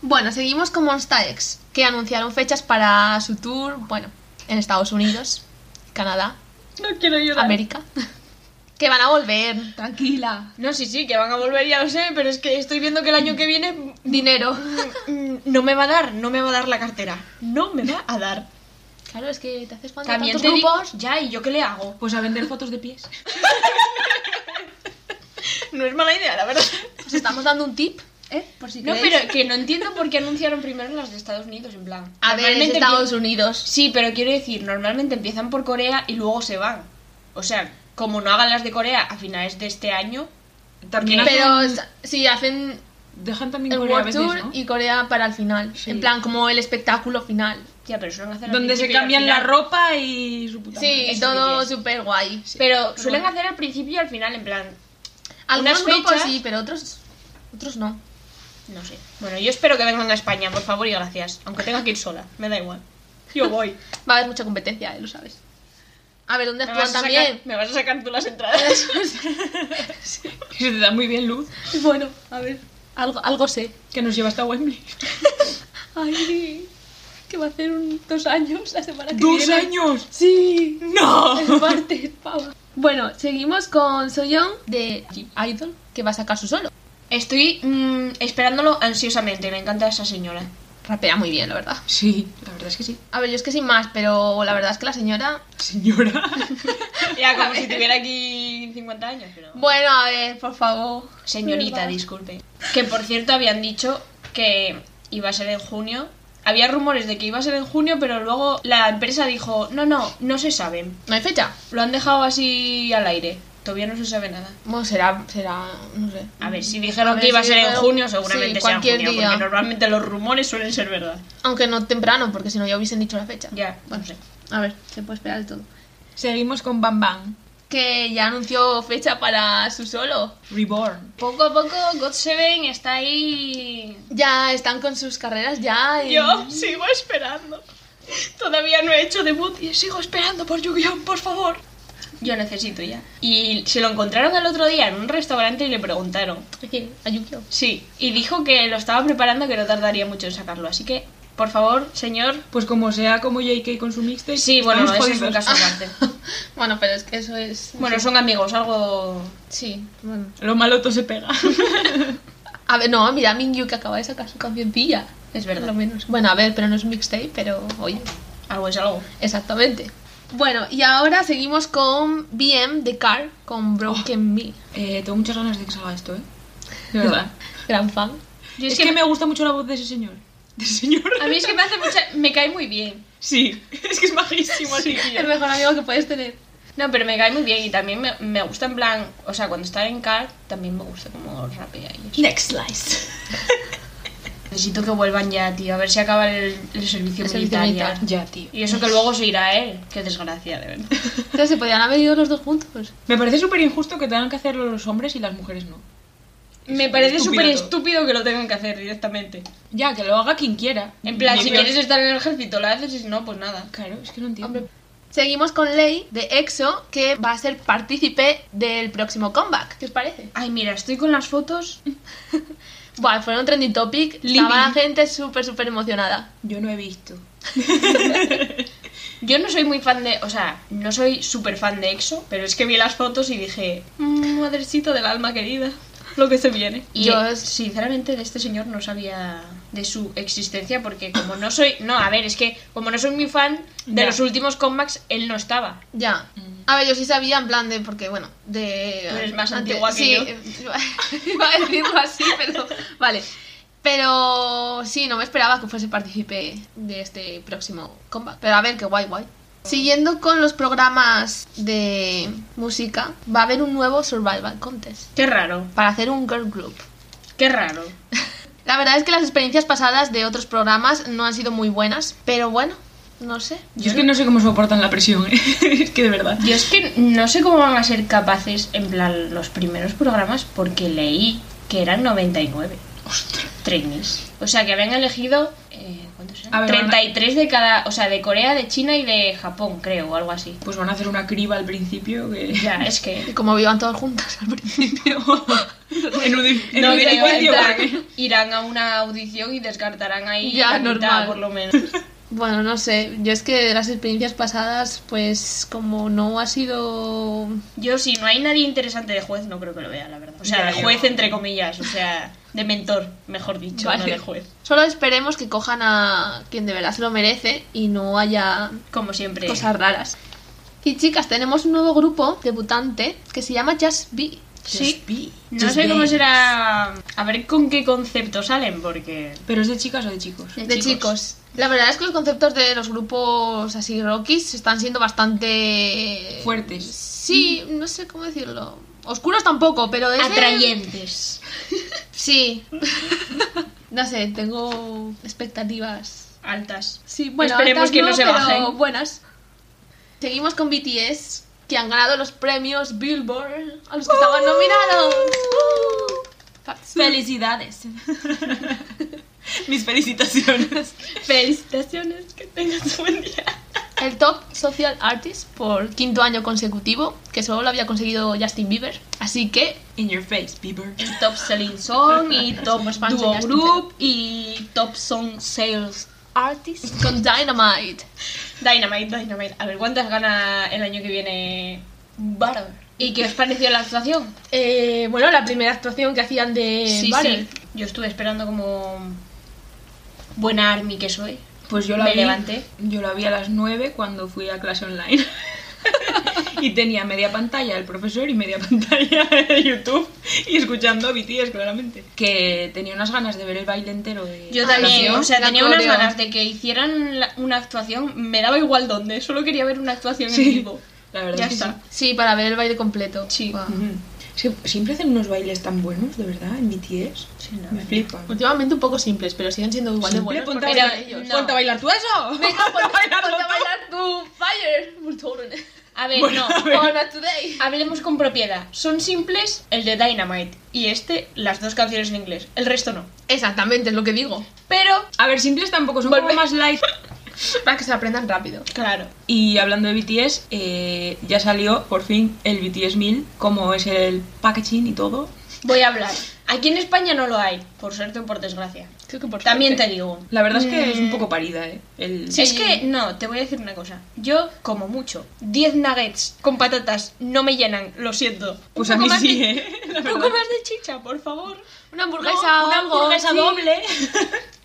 [SPEAKER 3] Bueno, seguimos con Monsta X, que anunciaron fechas para su tour, bueno, en Estados Unidos, Canadá,
[SPEAKER 2] No quiero llorar.
[SPEAKER 3] América. Que van a volver. Tranquila.
[SPEAKER 2] No, sí, sí, que van a volver, ya lo sé, pero es que estoy viendo que el año que viene
[SPEAKER 3] Dinero.
[SPEAKER 2] mm, no me va a dar, no me va a dar la cartera. No me va a dar.
[SPEAKER 3] Claro, es que te haces falta
[SPEAKER 2] También
[SPEAKER 3] tantos
[SPEAKER 2] te digo,
[SPEAKER 3] grupos.
[SPEAKER 2] ya, ¿y yo qué le hago?
[SPEAKER 1] Pues a vender fotos de pies.
[SPEAKER 2] No es mala idea, la verdad.
[SPEAKER 3] Os estamos dando un tip, ¿eh? Por si
[SPEAKER 2] No,
[SPEAKER 3] queréis.
[SPEAKER 2] pero que no entiendo por qué anunciaron primero las de Estados Unidos, en plan.
[SPEAKER 3] A ver, es
[SPEAKER 2] normalmente
[SPEAKER 3] Estados
[SPEAKER 2] empie-
[SPEAKER 3] Unidos.
[SPEAKER 2] Sí, pero quiero decir, normalmente empiezan por Corea y luego se van. O sea, como no hagan las de Corea a finales de este año,
[SPEAKER 1] También hacen-
[SPEAKER 3] Pero sí, hacen
[SPEAKER 1] dejan también
[SPEAKER 3] el
[SPEAKER 1] Corea a
[SPEAKER 3] World
[SPEAKER 1] veces,
[SPEAKER 3] Tour
[SPEAKER 1] ¿no?
[SPEAKER 3] y Corea para el final.
[SPEAKER 1] Sí.
[SPEAKER 3] En plan, como el espectáculo final.
[SPEAKER 2] ya, pero suelen hacer al
[SPEAKER 1] Donde se
[SPEAKER 2] principio y al
[SPEAKER 1] cambian la
[SPEAKER 2] final.
[SPEAKER 1] ropa y su puta
[SPEAKER 3] Sí,
[SPEAKER 1] madre.
[SPEAKER 2] eso
[SPEAKER 3] todo
[SPEAKER 2] sí que
[SPEAKER 3] súper guay.
[SPEAKER 2] Pero suelen hacer al principio y al final, en plan,
[SPEAKER 3] Algunos
[SPEAKER 2] unas
[SPEAKER 3] grupos
[SPEAKER 2] fechas-
[SPEAKER 3] sí, pero otros, otros no.
[SPEAKER 2] No sé. Bueno, yo espero que vengan a España, por favor y gracias. Aunque tenga que ir sola, me da igual. Yo voy.
[SPEAKER 3] Va a haber mucha competencia, eh, lo sabes. A ver, ¿dónde
[SPEAKER 2] Me vas,
[SPEAKER 3] actúan
[SPEAKER 2] a sacar-
[SPEAKER 3] Pues también?
[SPEAKER 2] me vas a sacar tú las entradas.
[SPEAKER 1] Que se te da muy bien luz.
[SPEAKER 3] Bueno, a ver, algo, algo sé.
[SPEAKER 1] Que nos lleva hasta Wembley.
[SPEAKER 3] Ay, que va a hacer un- dos años la semana que
[SPEAKER 1] ¡Dos
[SPEAKER 3] viene.
[SPEAKER 1] años!
[SPEAKER 3] Sí,
[SPEAKER 1] ¡No!
[SPEAKER 3] el martes, pava. Bueno, seguimos con Soyeon de Idol, que va a sacar su solo.
[SPEAKER 2] Estoy mm, esperándolo ansiosamente. Me encanta esa señora.
[SPEAKER 3] Rapea muy bien, la verdad.
[SPEAKER 1] Sí, la verdad es que sí.
[SPEAKER 3] A ver, yo es que sin más, pero la verdad es que la señora...
[SPEAKER 1] Señora.
[SPEAKER 2] Ya, como si tuviera aquí 50 años, pero...
[SPEAKER 3] Bueno, a ver, por favor.
[SPEAKER 2] Señorita,
[SPEAKER 3] ¿Verdad?
[SPEAKER 2] disculpe. Que, por cierto, habían dicho que iba a ser en junio. Había rumores de que iba a ser en junio, pero luego la empresa dijo, no, no, no se saben.
[SPEAKER 3] ¿No hay fecha?
[SPEAKER 2] Lo han dejado así al aire. Todavía no se sabe nada.
[SPEAKER 3] Bueno, será, será, no sé.
[SPEAKER 2] A ver, si dijeron
[SPEAKER 3] A ver,
[SPEAKER 2] que iba Mm, a
[SPEAKER 3] sí,
[SPEAKER 2] ser en
[SPEAKER 3] pero-
[SPEAKER 2] junio, seguramente
[SPEAKER 3] sí,
[SPEAKER 2] sea en
[SPEAKER 3] cualquier
[SPEAKER 2] junio,
[SPEAKER 3] día.
[SPEAKER 2] porque normalmente los rumores suelen ser verdad.
[SPEAKER 3] Aunque no temprano, porque si no ya hubiesen dicho la fecha.
[SPEAKER 2] Ya,
[SPEAKER 3] Bueno,
[SPEAKER 2] no sé.
[SPEAKER 3] A ver, se puede esperar de todo.
[SPEAKER 1] Seguimos con Bam Bam.
[SPEAKER 3] Que ya anunció fecha para su solo.
[SPEAKER 1] Reborn.
[SPEAKER 2] Poco a poco, God Seven está ahí.
[SPEAKER 3] Ya están con sus carreras ya. y-
[SPEAKER 2] Yo sigo esperando. Todavía no he hecho debut y sigo esperando por Yu-Gi-Oh, por favor. Yo necesito ya. Y se lo encontraron el otro día en un restaurante y le preguntaron.
[SPEAKER 3] Es decir, a Yukio.
[SPEAKER 2] Sí, y dijo que lo estaba preparando, que no tardaría mucho en sacarlo. Así que, por favor, señor.
[SPEAKER 1] Pues como sea como JK con su mixtape.
[SPEAKER 2] Sí, bueno,
[SPEAKER 1] estamos
[SPEAKER 2] ese es un
[SPEAKER 1] jodidos.
[SPEAKER 2] caso aparte.
[SPEAKER 3] Bueno, pero es que eso es...
[SPEAKER 2] Bueno, son amigos, algo
[SPEAKER 3] Sí, bueno.
[SPEAKER 1] Lo malo todo se pega.
[SPEAKER 3] A ver, no, mira, Mingyu que acaba de sacar su cancioncilla.
[SPEAKER 2] Es
[SPEAKER 3] Por
[SPEAKER 2] verdad.
[SPEAKER 3] lo menos. Bueno, a ver, pero no es un mixtape, pero oye,
[SPEAKER 2] Algo es algo.
[SPEAKER 3] exactamente. Bueno, y ahora seguimos con BM de Car, con Broken Me.
[SPEAKER 1] Eh, tengo muchas ganas de que salga esto, ¿eh? De verdad.
[SPEAKER 3] Gran fan.
[SPEAKER 2] Yo
[SPEAKER 1] es que, me gusta mucho la voz de ese señor. ¿De ese señor?
[SPEAKER 2] A mí es que me hace mucha... Me cae muy bien.
[SPEAKER 1] Sí. Es que es majísimo así, tío.
[SPEAKER 3] El mejor amigo que puedes tener.
[SPEAKER 2] No, pero me cae muy bien y también me, me gusta en plan... O sea, cuando está en car, también me gusta como rapea y eso.
[SPEAKER 1] Next slice.
[SPEAKER 2] Necesito que vuelvan ya, tío. A ver si acaba el, el servicio
[SPEAKER 3] El
[SPEAKER 2] militar,
[SPEAKER 3] servicio
[SPEAKER 2] ya.
[SPEAKER 3] militar.
[SPEAKER 1] Ya, tío.
[SPEAKER 2] Y eso que luego se irá él. Qué desgracia, de verdad.
[SPEAKER 3] Entonces, se podían haber ido los dos juntos.
[SPEAKER 1] Me parece súper injusto que tengan que hacerlo los hombres y las mujeres no.
[SPEAKER 2] Me
[SPEAKER 1] Es
[SPEAKER 2] parece
[SPEAKER 1] estúpido
[SPEAKER 2] súper
[SPEAKER 1] todo.
[SPEAKER 2] estúpido que lo tengan que hacer directamente.
[SPEAKER 1] Ya, que lo haga quien quiera.
[SPEAKER 2] En plan,
[SPEAKER 1] No
[SPEAKER 2] si
[SPEAKER 1] creo-
[SPEAKER 2] quieres estar en el ejército, lo haces y si no, pues nada.
[SPEAKER 1] Claro, es que no entiendo.
[SPEAKER 3] Hombre. Seguimos con Lei de EXO, que va a ser partícipe del próximo comeback. ¿Qué os parece?
[SPEAKER 2] Ay, mira, estoy con las fotos.
[SPEAKER 3] Bueno, fueron trending topic.
[SPEAKER 2] Living.
[SPEAKER 3] Estaba la gente súper, súper emocionada.
[SPEAKER 1] Yo no he visto.
[SPEAKER 2] Yo no soy muy fan de... O sea, no soy súper fan de EXO, pero es que vi las fotos y dije... "Mm, Madrecito del alma querida, lo que se viene. Y
[SPEAKER 3] Yo
[SPEAKER 2] eh,
[SPEAKER 3] es-
[SPEAKER 2] sinceramente de este señor no sabía de su existencia porque como no soy... No, a ver, es que como no soy muy fan de
[SPEAKER 1] Ya.
[SPEAKER 2] los últimos comebacks, él no estaba.
[SPEAKER 3] Ya. A ver, yo sí sabía en plan de, porque bueno, de...
[SPEAKER 2] Tú Mm. eres más antigua que
[SPEAKER 3] sí,
[SPEAKER 2] yo.
[SPEAKER 3] eh, iba a decirlo así, pero vale. Pero sí, no me esperaba que fuese partícipe de este próximo combat. Pero a ver, qué guay, guay. Siguiendo con los programas de música, va a haber un nuevo Survival Contest
[SPEAKER 2] Qué raro,
[SPEAKER 3] para hacer un girl group.
[SPEAKER 2] qué raro.
[SPEAKER 3] La verdad es que las experiencias pasadas de otros programas no han sido muy buenas, pero bueno, no sé.
[SPEAKER 1] Yo es que no sé cómo soportan la presión, ¿eh? es que de verdad.
[SPEAKER 2] Yo es que no sé cómo van a ser capaces, en plan, los primeros programas, porque leí que eran 99
[SPEAKER 1] Ostras.
[SPEAKER 2] trainees. O sea, que habían elegido... eh, ¿Cuántos
[SPEAKER 1] A
[SPEAKER 2] eran?
[SPEAKER 1] ver,
[SPEAKER 2] 33 de cada... O sea, de Corea, de China y de Japón, creo, o algo así.
[SPEAKER 1] Pues van a hacer una criba al principio que...
[SPEAKER 2] Ya, es que...
[SPEAKER 3] Y como vivan todas juntas al principio.
[SPEAKER 1] en un, di- en
[SPEAKER 2] No,
[SPEAKER 1] un
[SPEAKER 2] que
[SPEAKER 1] edificio,
[SPEAKER 2] levantan,
[SPEAKER 1] porque-
[SPEAKER 2] irán a una audición y descartarán ahí
[SPEAKER 3] Ya,
[SPEAKER 2] la mitad,
[SPEAKER 3] normal.
[SPEAKER 2] por lo menos.
[SPEAKER 3] Bueno, no sé, yo es que de las experiencias pasadas, pues como no ha sido...
[SPEAKER 2] Yo si no hay nadie interesante de juez, no creo que lo vea, la verdad. O sea,
[SPEAKER 1] Ya,
[SPEAKER 2] de
[SPEAKER 1] yo-
[SPEAKER 2] juez entre comillas, o sea, de mentor, mejor dicho, no
[SPEAKER 3] Vale.
[SPEAKER 2] de juez.
[SPEAKER 3] Solo esperemos que cojan a quien de verdad se lo merece y no haya
[SPEAKER 2] Como siempre.
[SPEAKER 3] cosas raras. Y chicas, tenemos un nuevo grupo debutante que se llama Just Be.
[SPEAKER 2] Sí.
[SPEAKER 1] Just be.
[SPEAKER 2] No
[SPEAKER 1] Just
[SPEAKER 2] sé
[SPEAKER 1] be.
[SPEAKER 2] cómo será. A ver con qué concepto salen, porque.
[SPEAKER 1] ¿Pero es de chicas o de chicos?
[SPEAKER 2] De
[SPEAKER 3] De chicos. La verdad es que los conceptos de los grupos así rockies están siendo bastante...
[SPEAKER 1] Fuertes.
[SPEAKER 3] Sí, no sé cómo decirlo. Oscuros tampoco, pero es... de-
[SPEAKER 2] Atrayentes.
[SPEAKER 3] Sí. no sé, tengo expectativas
[SPEAKER 2] Altas.
[SPEAKER 3] Sí, bueno,
[SPEAKER 2] Esperemos
[SPEAKER 3] altas
[SPEAKER 2] que no se
[SPEAKER 3] pero
[SPEAKER 2] bajen.
[SPEAKER 3] buenas. Seguimos con BTS, que han ganado los premios Billboard a los que
[SPEAKER 1] ¡Oh!
[SPEAKER 3] estaban nominados. Facts.
[SPEAKER 1] Felicidades. Mis felicitaciones.
[SPEAKER 2] Felicitaciones, que tengas buen día.
[SPEAKER 3] El top social artist por quinto año consecutivo, que solo lo había conseguido Justin Bieber. Así que,
[SPEAKER 1] In your face, Bieber.
[SPEAKER 2] Y top selling song, y top
[SPEAKER 3] Somos fans de
[SPEAKER 2] duo
[SPEAKER 3] Justin
[SPEAKER 2] group, y top song sales artist.
[SPEAKER 3] con Dynamite.
[SPEAKER 2] Dynamite, Dynamite. A ver cuántas gana el año que viene Butter. ¿Y qué os pareció la actuación?
[SPEAKER 3] Eh, bueno, la primera actuación que hacían de
[SPEAKER 2] Eh,
[SPEAKER 3] Butter.
[SPEAKER 2] Yo estuve esperando como buena army que soy.
[SPEAKER 1] Pues yo la
[SPEAKER 2] Me
[SPEAKER 1] vi.
[SPEAKER 2] levanté.
[SPEAKER 1] Yo la vi a las 9 cuando fui a clase online. y tenía media pantalla el profesor y media pantalla de YouTube y escuchando a BTS claramente. Que tenía unas ganas de ver el baile entero de
[SPEAKER 2] Yo
[SPEAKER 3] Ah,
[SPEAKER 2] también,
[SPEAKER 3] sí,
[SPEAKER 2] o sea,
[SPEAKER 3] la
[SPEAKER 2] tenía unas
[SPEAKER 3] coreo.
[SPEAKER 2] ganas de que hicieran la- una actuación, me daba igual dónde, solo quería ver una actuación
[SPEAKER 1] Sí.
[SPEAKER 2] en vivo.
[SPEAKER 1] La verdad
[SPEAKER 2] Ya
[SPEAKER 1] es que
[SPEAKER 2] está.
[SPEAKER 3] Sí, para ver el baile completo.
[SPEAKER 2] Sí.
[SPEAKER 3] Guau.
[SPEAKER 1] sí. Es que siempre hacen unos bailes tan buenos, de verdad, en BTS. Me flipan.
[SPEAKER 3] Últimamente un poco simples, pero siguen siendo igual de
[SPEAKER 1] Simple,
[SPEAKER 3] buenos.
[SPEAKER 1] ponte
[SPEAKER 3] porque
[SPEAKER 1] a
[SPEAKER 3] son
[SPEAKER 1] bailar-
[SPEAKER 3] ellos.
[SPEAKER 1] ponte a bailar tú eso.
[SPEAKER 3] Venga, ponte,
[SPEAKER 1] Bailar
[SPEAKER 3] ponte a
[SPEAKER 1] tú.
[SPEAKER 3] bailar tu fire. Voltoren.
[SPEAKER 2] A ver,
[SPEAKER 1] Bueno,
[SPEAKER 2] no,
[SPEAKER 1] a ver.
[SPEAKER 3] Hola, today.
[SPEAKER 2] hablemos con propiedad. Son simples el de Dynamite y este, las dos canciones en inglés, el resto no.
[SPEAKER 3] Exactamente, es lo que digo.
[SPEAKER 2] Pero,
[SPEAKER 1] A ver, simples tampoco, son
[SPEAKER 2] Volve-
[SPEAKER 1] como más light.
[SPEAKER 3] Para que se aprendan rápido.
[SPEAKER 2] claro,
[SPEAKER 1] Y hablando de BTS, eh, ya salió por fin el BTS 1000, como es el packaging y todo.
[SPEAKER 2] voy a hablar. Aquí en España no lo hay, por suerte o por desgracia.
[SPEAKER 3] Creo que por
[SPEAKER 2] También te
[SPEAKER 3] suerte.
[SPEAKER 2] digo.
[SPEAKER 1] La verdad es que es un
[SPEAKER 2] Mm,
[SPEAKER 1] poco parida, ¿eh? El...
[SPEAKER 2] Si es que, no, te voy a decir una cosa. Yo, como mucho, 10 nuggets con patatas no me llenan, lo siento.
[SPEAKER 1] Pues a
[SPEAKER 2] Un poco
[SPEAKER 1] mí
[SPEAKER 2] más
[SPEAKER 1] sí,
[SPEAKER 2] de-
[SPEAKER 1] ¿eh? La
[SPEAKER 2] Un poco
[SPEAKER 1] verdad.
[SPEAKER 2] más de chicha, por favor.
[SPEAKER 3] Una hamburguesa
[SPEAKER 1] No,
[SPEAKER 3] o
[SPEAKER 1] una
[SPEAKER 3] algo,
[SPEAKER 1] hamburguesa
[SPEAKER 3] sí.
[SPEAKER 1] doble.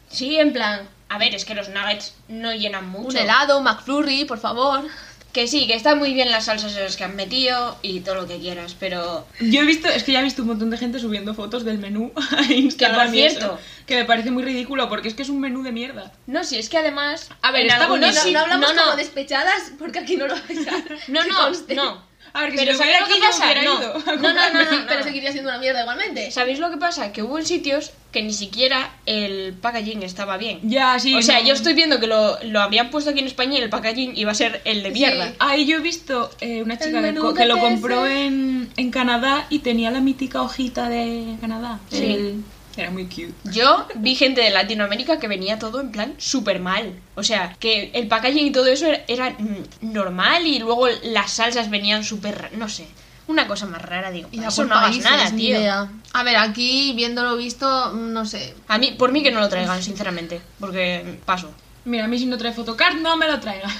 [SPEAKER 2] Sí, en plan. A ver, es que los nuggets no llenan mucho.
[SPEAKER 3] Un helado, McFlurry, por favor.
[SPEAKER 2] Que sí, que están muy bien las salsas en las que han metido y todo lo que quieras, pero.
[SPEAKER 1] Yo he visto, es que ya he visto un montón de gente subiendo fotos del menú a Instagram.
[SPEAKER 2] por
[SPEAKER 1] y eso,
[SPEAKER 2] cierto-
[SPEAKER 1] que me parece muy ridículo porque es que es un menú de mierda.
[SPEAKER 2] No, sí, es que además.
[SPEAKER 1] A ver,
[SPEAKER 2] en
[SPEAKER 1] está
[SPEAKER 2] algunos
[SPEAKER 1] bonito,
[SPEAKER 2] sí-
[SPEAKER 1] no
[SPEAKER 2] no, no,
[SPEAKER 3] despechadas, porque aquí no lo vais a...
[SPEAKER 2] no,
[SPEAKER 3] que
[SPEAKER 2] no,
[SPEAKER 3] conste.
[SPEAKER 2] no.
[SPEAKER 1] A ver, que
[SPEAKER 2] Pero
[SPEAKER 1] si lo hubiera
[SPEAKER 2] ¿sabes lo
[SPEAKER 1] aquí
[SPEAKER 2] que
[SPEAKER 1] yo
[SPEAKER 2] pasa?
[SPEAKER 1] hubiera
[SPEAKER 2] No.
[SPEAKER 1] ido.
[SPEAKER 2] No, no, no, no, no.
[SPEAKER 3] Pero seguiría siendo una mierda igualmente.
[SPEAKER 2] ¿Sabéis lo que pasa? Que hubo en sitios que ni siquiera el packaging estaba bien.
[SPEAKER 1] Ya, sí.
[SPEAKER 2] o sea,
[SPEAKER 1] no.
[SPEAKER 2] yo estoy viendo que lo, lo habían puesto aquí en España y el packaging iba a ser el de mierda.
[SPEAKER 3] Sí.
[SPEAKER 1] Ahí yo he visto eh, una chica que,
[SPEAKER 3] menú
[SPEAKER 1] co-
[SPEAKER 3] de
[SPEAKER 1] que lo
[SPEAKER 3] PS.
[SPEAKER 1] compró en, en Canadá y tenía la mítica hojita de Canadá.
[SPEAKER 2] Sí.
[SPEAKER 1] El- Era muy cute.
[SPEAKER 2] Yo vi gente de Latinoamérica que venía todo en plan súper mal. O sea, que el packaging y todo eso era, era, mm, normal y luego las salsas venían súper... ra- No sé, una cosa más rara, digo. "Pues
[SPEAKER 3] Y da
[SPEAKER 2] eso
[SPEAKER 3] por
[SPEAKER 2] no hagas
[SPEAKER 3] países,
[SPEAKER 2] nada,
[SPEAKER 3] ni
[SPEAKER 2] tío.
[SPEAKER 3] idea. A ver, aquí, viéndolo visto, no sé.
[SPEAKER 2] A mí, por mí que no lo traigan, sinceramente, porque paso.
[SPEAKER 1] Mira, a mí si no trae photocard no me lo traigan.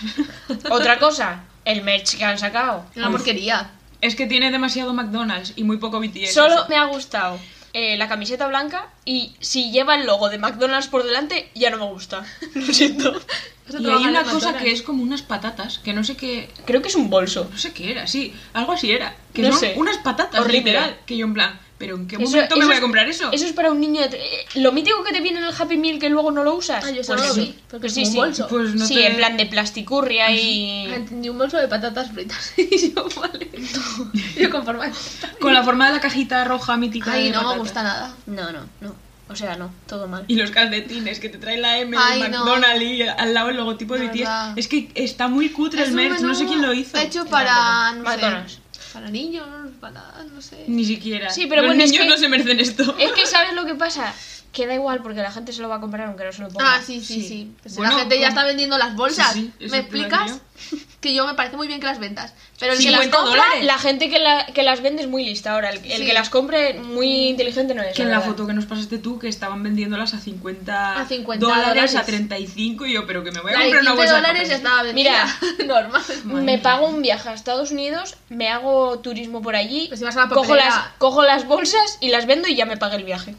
[SPEAKER 2] Otra cosa, el merch que han sacado.
[SPEAKER 3] Una porquería.
[SPEAKER 1] es que tiene demasiado McDonald's y muy poco BTS.
[SPEAKER 2] Solo me ha gustado eh, la camiseta blanca y si lleva el logo de McDonald's por delante, ya no me gusta. Lo siento.
[SPEAKER 3] Eso
[SPEAKER 1] Y hay
[SPEAKER 3] trabaja en
[SPEAKER 1] una
[SPEAKER 3] el
[SPEAKER 1] cosa
[SPEAKER 3] McDonald's.
[SPEAKER 1] que es como unas patatas, que no sé qué,
[SPEAKER 2] Creo que es un bolso.
[SPEAKER 1] no sé qué era, sí, algo así era. Que
[SPEAKER 2] No
[SPEAKER 1] son
[SPEAKER 2] sé.
[SPEAKER 1] unas patatas,
[SPEAKER 2] Horrible.
[SPEAKER 1] literal. Que yo en plan, pero ¿en qué
[SPEAKER 2] Eso-
[SPEAKER 1] momento me
[SPEAKER 2] eso
[SPEAKER 1] voy
[SPEAKER 2] es-
[SPEAKER 1] a comprar eso?
[SPEAKER 2] Eso es para un niño de... tre- eh, Lo mítico que te viene en el Happy Meal que luego no lo usas.
[SPEAKER 3] Ah, yo eso
[SPEAKER 2] Pues
[SPEAKER 3] no lo
[SPEAKER 2] sí.
[SPEAKER 3] vi, porque es
[SPEAKER 2] sí,
[SPEAKER 3] como un
[SPEAKER 2] sí.
[SPEAKER 3] bolso. Ah,
[SPEAKER 1] Pues no
[SPEAKER 2] sí,
[SPEAKER 1] te- Ah,
[SPEAKER 2] en plan de plasticurria y...
[SPEAKER 3] Entendí un bolso de patatas fritas. Y yo, vale. Yo conforme.
[SPEAKER 1] Con la forma de la cajita roja mítica.
[SPEAKER 3] Ay,
[SPEAKER 1] de
[SPEAKER 3] no me
[SPEAKER 1] patatas.
[SPEAKER 3] gusta nada.
[SPEAKER 2] No, no, no. O sea, no, todo mal.
[SPEAKER 1] Y los calcetines que te trae la M
[SPEAKER 3] Ay,
[SPEAKER 1] de
[SPEAKER 3] no.
[SPEAKER 1] McDonald's y al lado el logotipo de
[SPEAKER 3] De
[SPEAKER 1] BTS.
[SPEAKER 3] verdad.
[SPEAKER 1] Es que está muy cutre
[SPEAKER 3] Es
[SPEAKER 1] el
[SPEAKER 3] un
[SPEAKER 1] merch, no
[SPEAKER 3] menú
[SPEAKER 1] sé quién lo hizo.
[SPEAKER 3] Hecho para. No
[SPEAKER 2] McDonald's.
[SPEAKER 3] sé, para niños, para. No sé.
[SPEAKER 2] Mm,
[SPEAKER 1] Ni siquiera.
[SPEAKER 2] Sí, pero
[SPEAKER 1] los
[SPEAKER 2] bueno, es
[SPEAKER 1] niños
[SPEAKER 2] que-
[SPEAKER 1] no se merecen esto.
[SPEAKER 2] Es que ¿sabes lo que pasa? Que da igual porque la gente se lo va a comprar aunque no se lo ponga.
[SPEAKER 3] Ah, sí, sí,
[SPEAKER 1] Sí.
[SPEAKER 3] sí. Pues
[SPEAKER 1] Bueno,
[SPEAKER 3] la gente ya
[SPEAKER 1] con-
[SPEAKER 3] está vendiendo las bolsas.
[SPEAKER 1] Sí, sí, eso
[SPEAKER 3] ¿Me
[SPEAKER 1] te lo
[SPEAKER 3] explicas? que yo me parece muy bien que las ventas. Pero el
[SPEAKER 1] Sí,
[SPEAKER 3] que las
[SPEAKER 1] 50
[SPEAKER 3] compra.
[SPEAKER 1] dólares.
[SPEAKER 2] La gente que, la- que las vende es muy lista ahora. El, el
[SPEAKER 3] Sí.
[SPEAKER 2] que las compre muy inteligente no es.
[SPEAKER 1] Que en la
[SPEAKER 2] verdad.
[SPEAKER 1] foto que nos pasaste tú, que estaban vendiéndolas a 50,
[SPEAKER 3] A 50 dólares.
[SPEAKER 1] a 35, y yo, pero que me voy a
[SPEAKER 3] La de
[SPEAKER 1] comprar
[SPEAKER 3] 15
[SPEAKER 1] una bolsa. de
[SPEAKER 3] dólares
[SPEAKER 1] patatas.
[SPEAKER 3] ya estaba vendida. Mira, normal.
[SPEAKER 1] Madre
[SPEAKER 2] Me
[SPEAKER 1] mía.
[SPEAKER 2] pago un viaje a Estados Unidos, me hago turismo por allí,
[SPEAKER 3] Pues si vas a la
[SPEAKER 2] cojo,
[SPEAKER 3] papelera.
[SPEAKER 2] las, cojo las bolsas y las vendo y ya me pagué el viaje.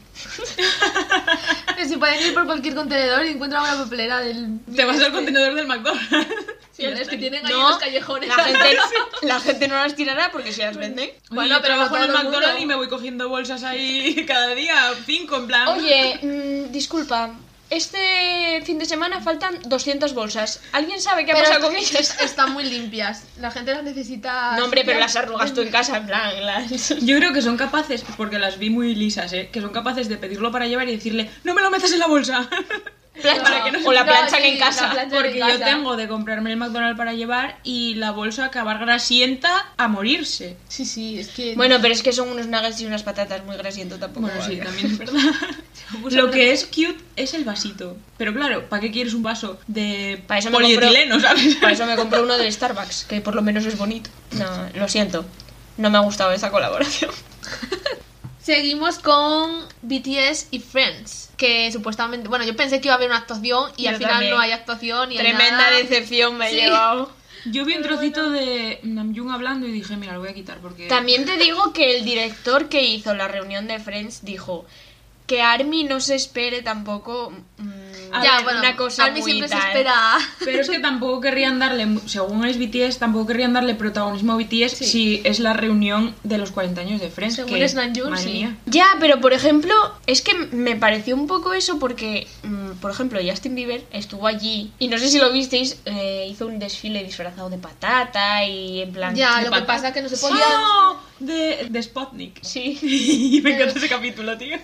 [SPEAKER 3] Que si pueden ir por cualquier contenedor y encuentran una papelera del.
[SPEAKER 1] Te vas al contenedor del McDonald's.
[SPEAKER 3] Sí, este es que tienen ahí
[SPEAKER 2] No,
[SPEAKER 3] en los callejones.
[SPEAKER 2] La gente, la gente no las tirará porque si las venden.
[SPEAKER 1] Bueno,
[SPEAKER 3] Bueno,
[SPEAKER 1] pero
[SPEAKER 3] pero
[SPEAKER 1] trabajo en
[SPEAKER 3] para
[SPEAKER 1] el
[SPEAKER 3] todo el
[SPEAKER 1] McDonald's
[SPEAKER 3] mundo.
[SPEAKER 1] y me voy cogiendo bolsas ahí cada día, cinco en plan.
[SPEAKER 2] Oye, mm, disculpa, este fin de semana faltan 200 bolsas. ¿Alguien sabe qué ha
[SPEAKER 3] Pero
[SPEAKER 2] pasado con
[SPEAKER 3] est-
[SPEAKER 2] ellas?
[SPEAKER 3] Están muy limpias. La gente las necesita.
[SPEAKER 2] No, hombre, pero
[SPEAKER 3] limpias.
[SPEAKER 2] las arrugas tú en casa, en plan, las...
[SPEAKER 1] Yo creo que son capaces, porque las vi muy lisas, ¿eh? que son capaces de pedirlo para llevar y decirle, no me lo metas en la bolsa.
[SPEAKER 2] planchan-
[SPEAKER 1] Para que no se-
[SPEAKER 2] o la
[SPEAKER 3] No,
[SPEAKER 2] planchan
[SPEAKER 3] sí,
[SPEAKER 2] en
[SPEAKER 3] la
[SPEAKER 2] casa.
[SPEAKER 3] planchan.
[SPEAKER 1] Porque
[SPEAKER 3] en
[SPEAKER 1] yo
[SPEAKER 3] casa.
[SPEAKER 1] tengo de comprarme el McDonald's para llevar y la bolsa acabar grasienta a morirse.
[SPEAKER 3] Sí, sí, es que.
[SPEAKER 2] Bueno, pero es que son unos nuggets y unas patatas muy grasiento tampoco.
[SPEAKER 1] Bueno, sí,
[SPEAKER 2] vale.
[SPEAKER 1] también es verdad. Lo que es cute es el vasito. Pero claro, ¿para qué quieres un vaso de
[SPEAKER 2] Para eso me
[SPEAKER 1] polietileno, sabes?
[SPEAKER 2] Por eso me compré uno del Starbucks, que por lo menos es bonito. No, lo siento. No me ha gustado esa colaboración.
[SPEAKER 3] Seguimos con BTS y Friends. Que supuestamente. Bueno, yo pensé que iba a haber una actuación y
[SPEAKER 2] Yo
[SPEAKER 3] al final
[SPEAKER 2] también.
[SPEAKER 3] no hay actuación y
[SPEAKER 2] Tremenda decepción me he
[SPEAKER 3] Sí.
[SPEAKER 2] llevado.
[SPEAKER 1] Yo vi un trocito de Namjoon hablando y dije, mira, lo voy a quitar porque...
[SPEAKER 2] También te digo que el director que hizo la reunión de Friends dijo que Army no se espere tampoco mm,
[SPEAKER 1] A
[SPEAKER 3] Ya,
[SPEAKER 1] ver,
[SPEAKER 3] bueno,
[SPEAKER 2] una cosa ¿eh?
[SPEAKER 3] Army
[SPEAKER 2] muy
[SPEAKER 3] siempre se
[SPEAKER 2] tal.
[SPEAKER 3] espera.
[SPEAKER 1] Pero es que tampoco querrían darle, mu- según es BTS, tampoco querrían darle protagonismo a BTS
[SPEAKER 3] Sí.
[SPEAKER 1] si es la reunión de los 40 años de Friends.
[SPEAKER 3] Según
[SPEAKER 1] que-
[SPEAKER 3] es Namjoon,
[SPEAKER 1] madre
[SPEAKER 3] sí.
[SPEAKER 1] mía.
[SPEAKER 2] Ya, pero por ejemplo, es que me pareció un poco eso porque, mm, por ejemplo, Justin Bieber estuvo allí y no sé si lo visteis, eh, hizo un desfile disfrazado de patata y en plan... de
[SPEAKER 3] Ya,
[SPEAKER 2] ¡Ah!
[SPEAKER 3] lo que
[SPEAKER 2] patata.
[SPEAKER 3] pasa es que no se podía.
[SPEAKER 1] ¡Oh! De, de Sputnik.
[SPEAKER 2] Sí.
[SPEAKER 1] Y me encanta ese capítulo, tío.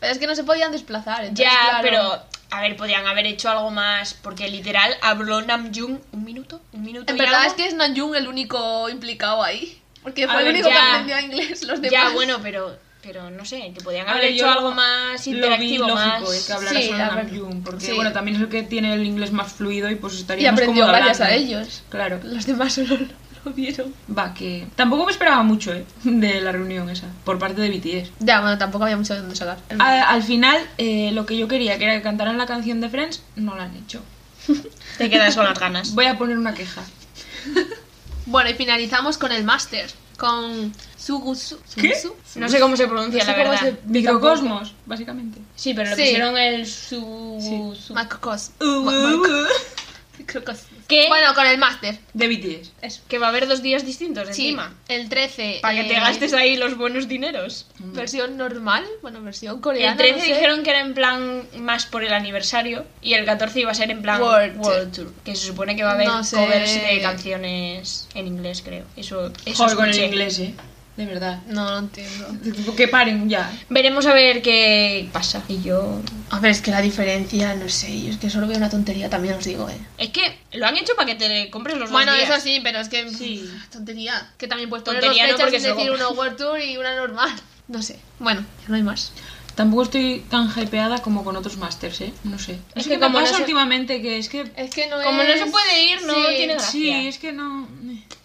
[SPEAKER 3] Pero es que no se podían desplazar. entonces,
[SPEAKER 2] Ya,
[SPEAKER 3] claro.
[SPEAKER 2] pero... A ver, podían haber hecho algo más, porque literal habló Namjoon un minuto, un minuto.
[SPEAKER 3] En
[SPEAKER 2] y
[SPEAKER 3] verdad
[SPEAKER 2] algo.
[SPEAKER 3] es que es Nanjung el único implicado ahí. Porque
[SPEAKER 1] A
[SPEAKER 3] fue el
[SPEAKER 1] ver,
[SPEAKER 3] único que
[SPEAKER 2] ya.
[SPEAKER 3] aprendió inglés. Los demás.
[SPEAKER 2] Ya, bueno, pero, pero no sé, que podían
[SPEAKER 1] A
[SPEAKER 2] haber
[SPEAKER 1] ver,
[SPEAKER 2] hecho
[SPEAKER 1] yo
[SPEAKER 2] algo más
[SPEAKER 1] Lo vi
[SPEAKER 2] interactivo,
[SPEAKER 1] lógico,
[SPEAKER 2] más...
[SPEAKER 1] es que hablara
[SPEAKER 3] Sí,
[SPEAKER 1] solo
[SPEAKER 3] la
[SPEAKER 1] Nam
[SPEAKER 3] verdad.
[SPEAKER 1] Yoon, porque
[SPEAKER 3] Sí.
[SPEAKER 1] bueno, también es el que tiene el inglés más fluido y pues estaría
[SPEAKER 3] Y
[SPEAKER 1] más
[SPEAKER 3] aprendió
[SPEAKER 1] cómodo
[SPEAKER 3] gracias a
[SPEAKER 1] hablando.
[SPEAKER 3] ellos.
[SPEAKER 1] Claro,
[SPEAKER 3] Los demás solo lo- lo vieron.
[SPEAKER 1] va, que tampoco me esperaba mucho, ¿eh? De la reunión esa, por parte de BTS.
[SPEAKER 3] Ya, bueno, tampoco había mucho de dónde sacar.
[SPEAKER 1] A- al final, eh, lo que yo quería, que era que cantaran la canción de Friends, no la han hecho.
[SPEAKER 2] Te quedas con las ganas.
[SPEAKER 1] Voy a poner una queja.
[SPEAKER 3] Bueno, y finalizamos con el máster. Con Sugusu.
[SPEAKER 1] ¿Qué?
[SPEAKER 3] Sugusu.
[SPEAKER 2] No sé cómo se pronuncia,
[SPEAKER 3] No sé
[SPEAKER 2] la
[SPEAKER 3] cómo
[SPEAKER 2] verdad.
[SPEAKER 3] se-
[SPEAKER 1] Microcosmos, básicamente.
[SPEAKER 2] Sí, pero le
[SPEAKER 3] Sí.
[SPEAKER 2] pusieron el su... su-
[SPEAKER 3] Macrocos.
[SPEAKER 1] Uh, uh, uh.
[SPEAKER 3] Macrocos.
[SPEAKER 2] ¿Qué?
[SPEAKER 3] Bueno, con el máster.
[SPEAKER 1] De BTS.
[SPEAKER 2] Que va a haber dos días distintos encima.
[SPEAKER 3] el 13.
[SPEAKER 2] Para que
[SPEAKER 3] eh, mm.
[SPEAKER 2] te gastes ahí los buenos dineros.
[SPEAKER 3] Versión normal, bueno, versión coreana.
[SPEAKER 2] El 13
[SPEAKER 3] no sé.
[SPEAKER 2] dijeron que era en plan más por el aniversario y el 14 iba a ser en plan
[SPEAKER 3] World
[SPEAKER 2] Tour. Que se supone que va a haber
[SPEAKER 3] No sé.
[SPEAKER 2] covers de canciones en inglés, creo. Eso, eso
[SPEAKER 1] Joder, con el
[SPEAKER 2] escuché.
[SPEAKER 1] inglés, eh. De verdad.
[SPEAKER 3] No, no entiendo.
[SPEAKER 1] Que paren ya.
[SPEAKER 2] Veremos a ver qué pasa. Y yo...
[SPEAKER 3] A ver, es que la diferencia, no sé, yo es que solo veo una tontería, también os digo, eh.
[SPEAKER 2] Es que lo han hecho para que te compres los
[SPEAKER 3] Bueno,
[SPEAKER 2] dos días.
[SPEAKER 3] eso sí, pero es que. mm,
[SPEAKER 1] Sí.
[SPEAKER 3] Tontería. Que también puedes poner
[SPEAKER 2] Tontería
[SPEAKER 3] dos
[SPEAKER 2] no,
[SPEAKER 3] fechas
[SPEAKER 2] porque
[SPEAKER 3] sin
[SPEAKER 2] se lo
[SPEAKER 3] decir
[SPEAKER 2] compra.
[SPEAKER 3] una World Tour y una normal. No sé. Bueno, ya no hay más.
[SPEAKER 1] Tampoco estoy tan hypeada como con otros masters, eh. No sé. No
[SPEAKER 2] Es
[SPEAKER 1] sé
[SPEAKER 2] que
[SPEAKER 1] qué me
[SPEAKER 2] como no
[SPEAKER 1] pasa
[SPEAKER 2] se-
[SPEAKER 1] últimamente, que es que.
[SPEAKER 3] Es que no
[SPEAKER 2] Como no
[SPEAKER 3] es-
[SPEAKER 2] se puede ir, no tiene gracia.
[SPEAKER 1] Sí, es que no.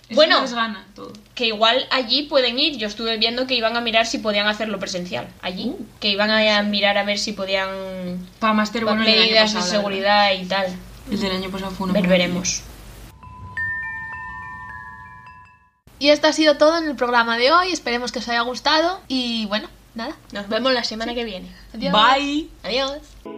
[SPEAKER 1] Es
[SPEAKER 2] Bueno.
[SPEAKER 1] una desgana todo.
[SPEAKER 2] que igual allí pueden ir. Yo estuve viendo que iban a mirar si podían hacerlo presencial allí,
[SPEAKER 3] Uh.
[SPEAKER 2] que iban a mirar a ver si podían
[SPEAKER 1] Para master, bueno, el del año
[SPEAKER 2] medidas de
[SPEAKER 1] pasado, la
[SPEAKER 2] seguridad y tal.
[SPEAKER 1] verdad. El del año pasado fue una.
[SPEAKER 2] Ver,
[SPEAKER 1] maravilla.
[SPEAKER 2] veremos.
[SPEAKER 3] Y esto ha sido todo en el programa de hoy. Esperemos que os haya gustado. Y bueno, Nada.
[SPEAKER 1] Nada.
[SPEAKER 3] Nos vemos la semana que viene.
[SPEAKER 2] Adiós.
[SPEAKER 1] Bye.
[SPEAKER 3] Adiós.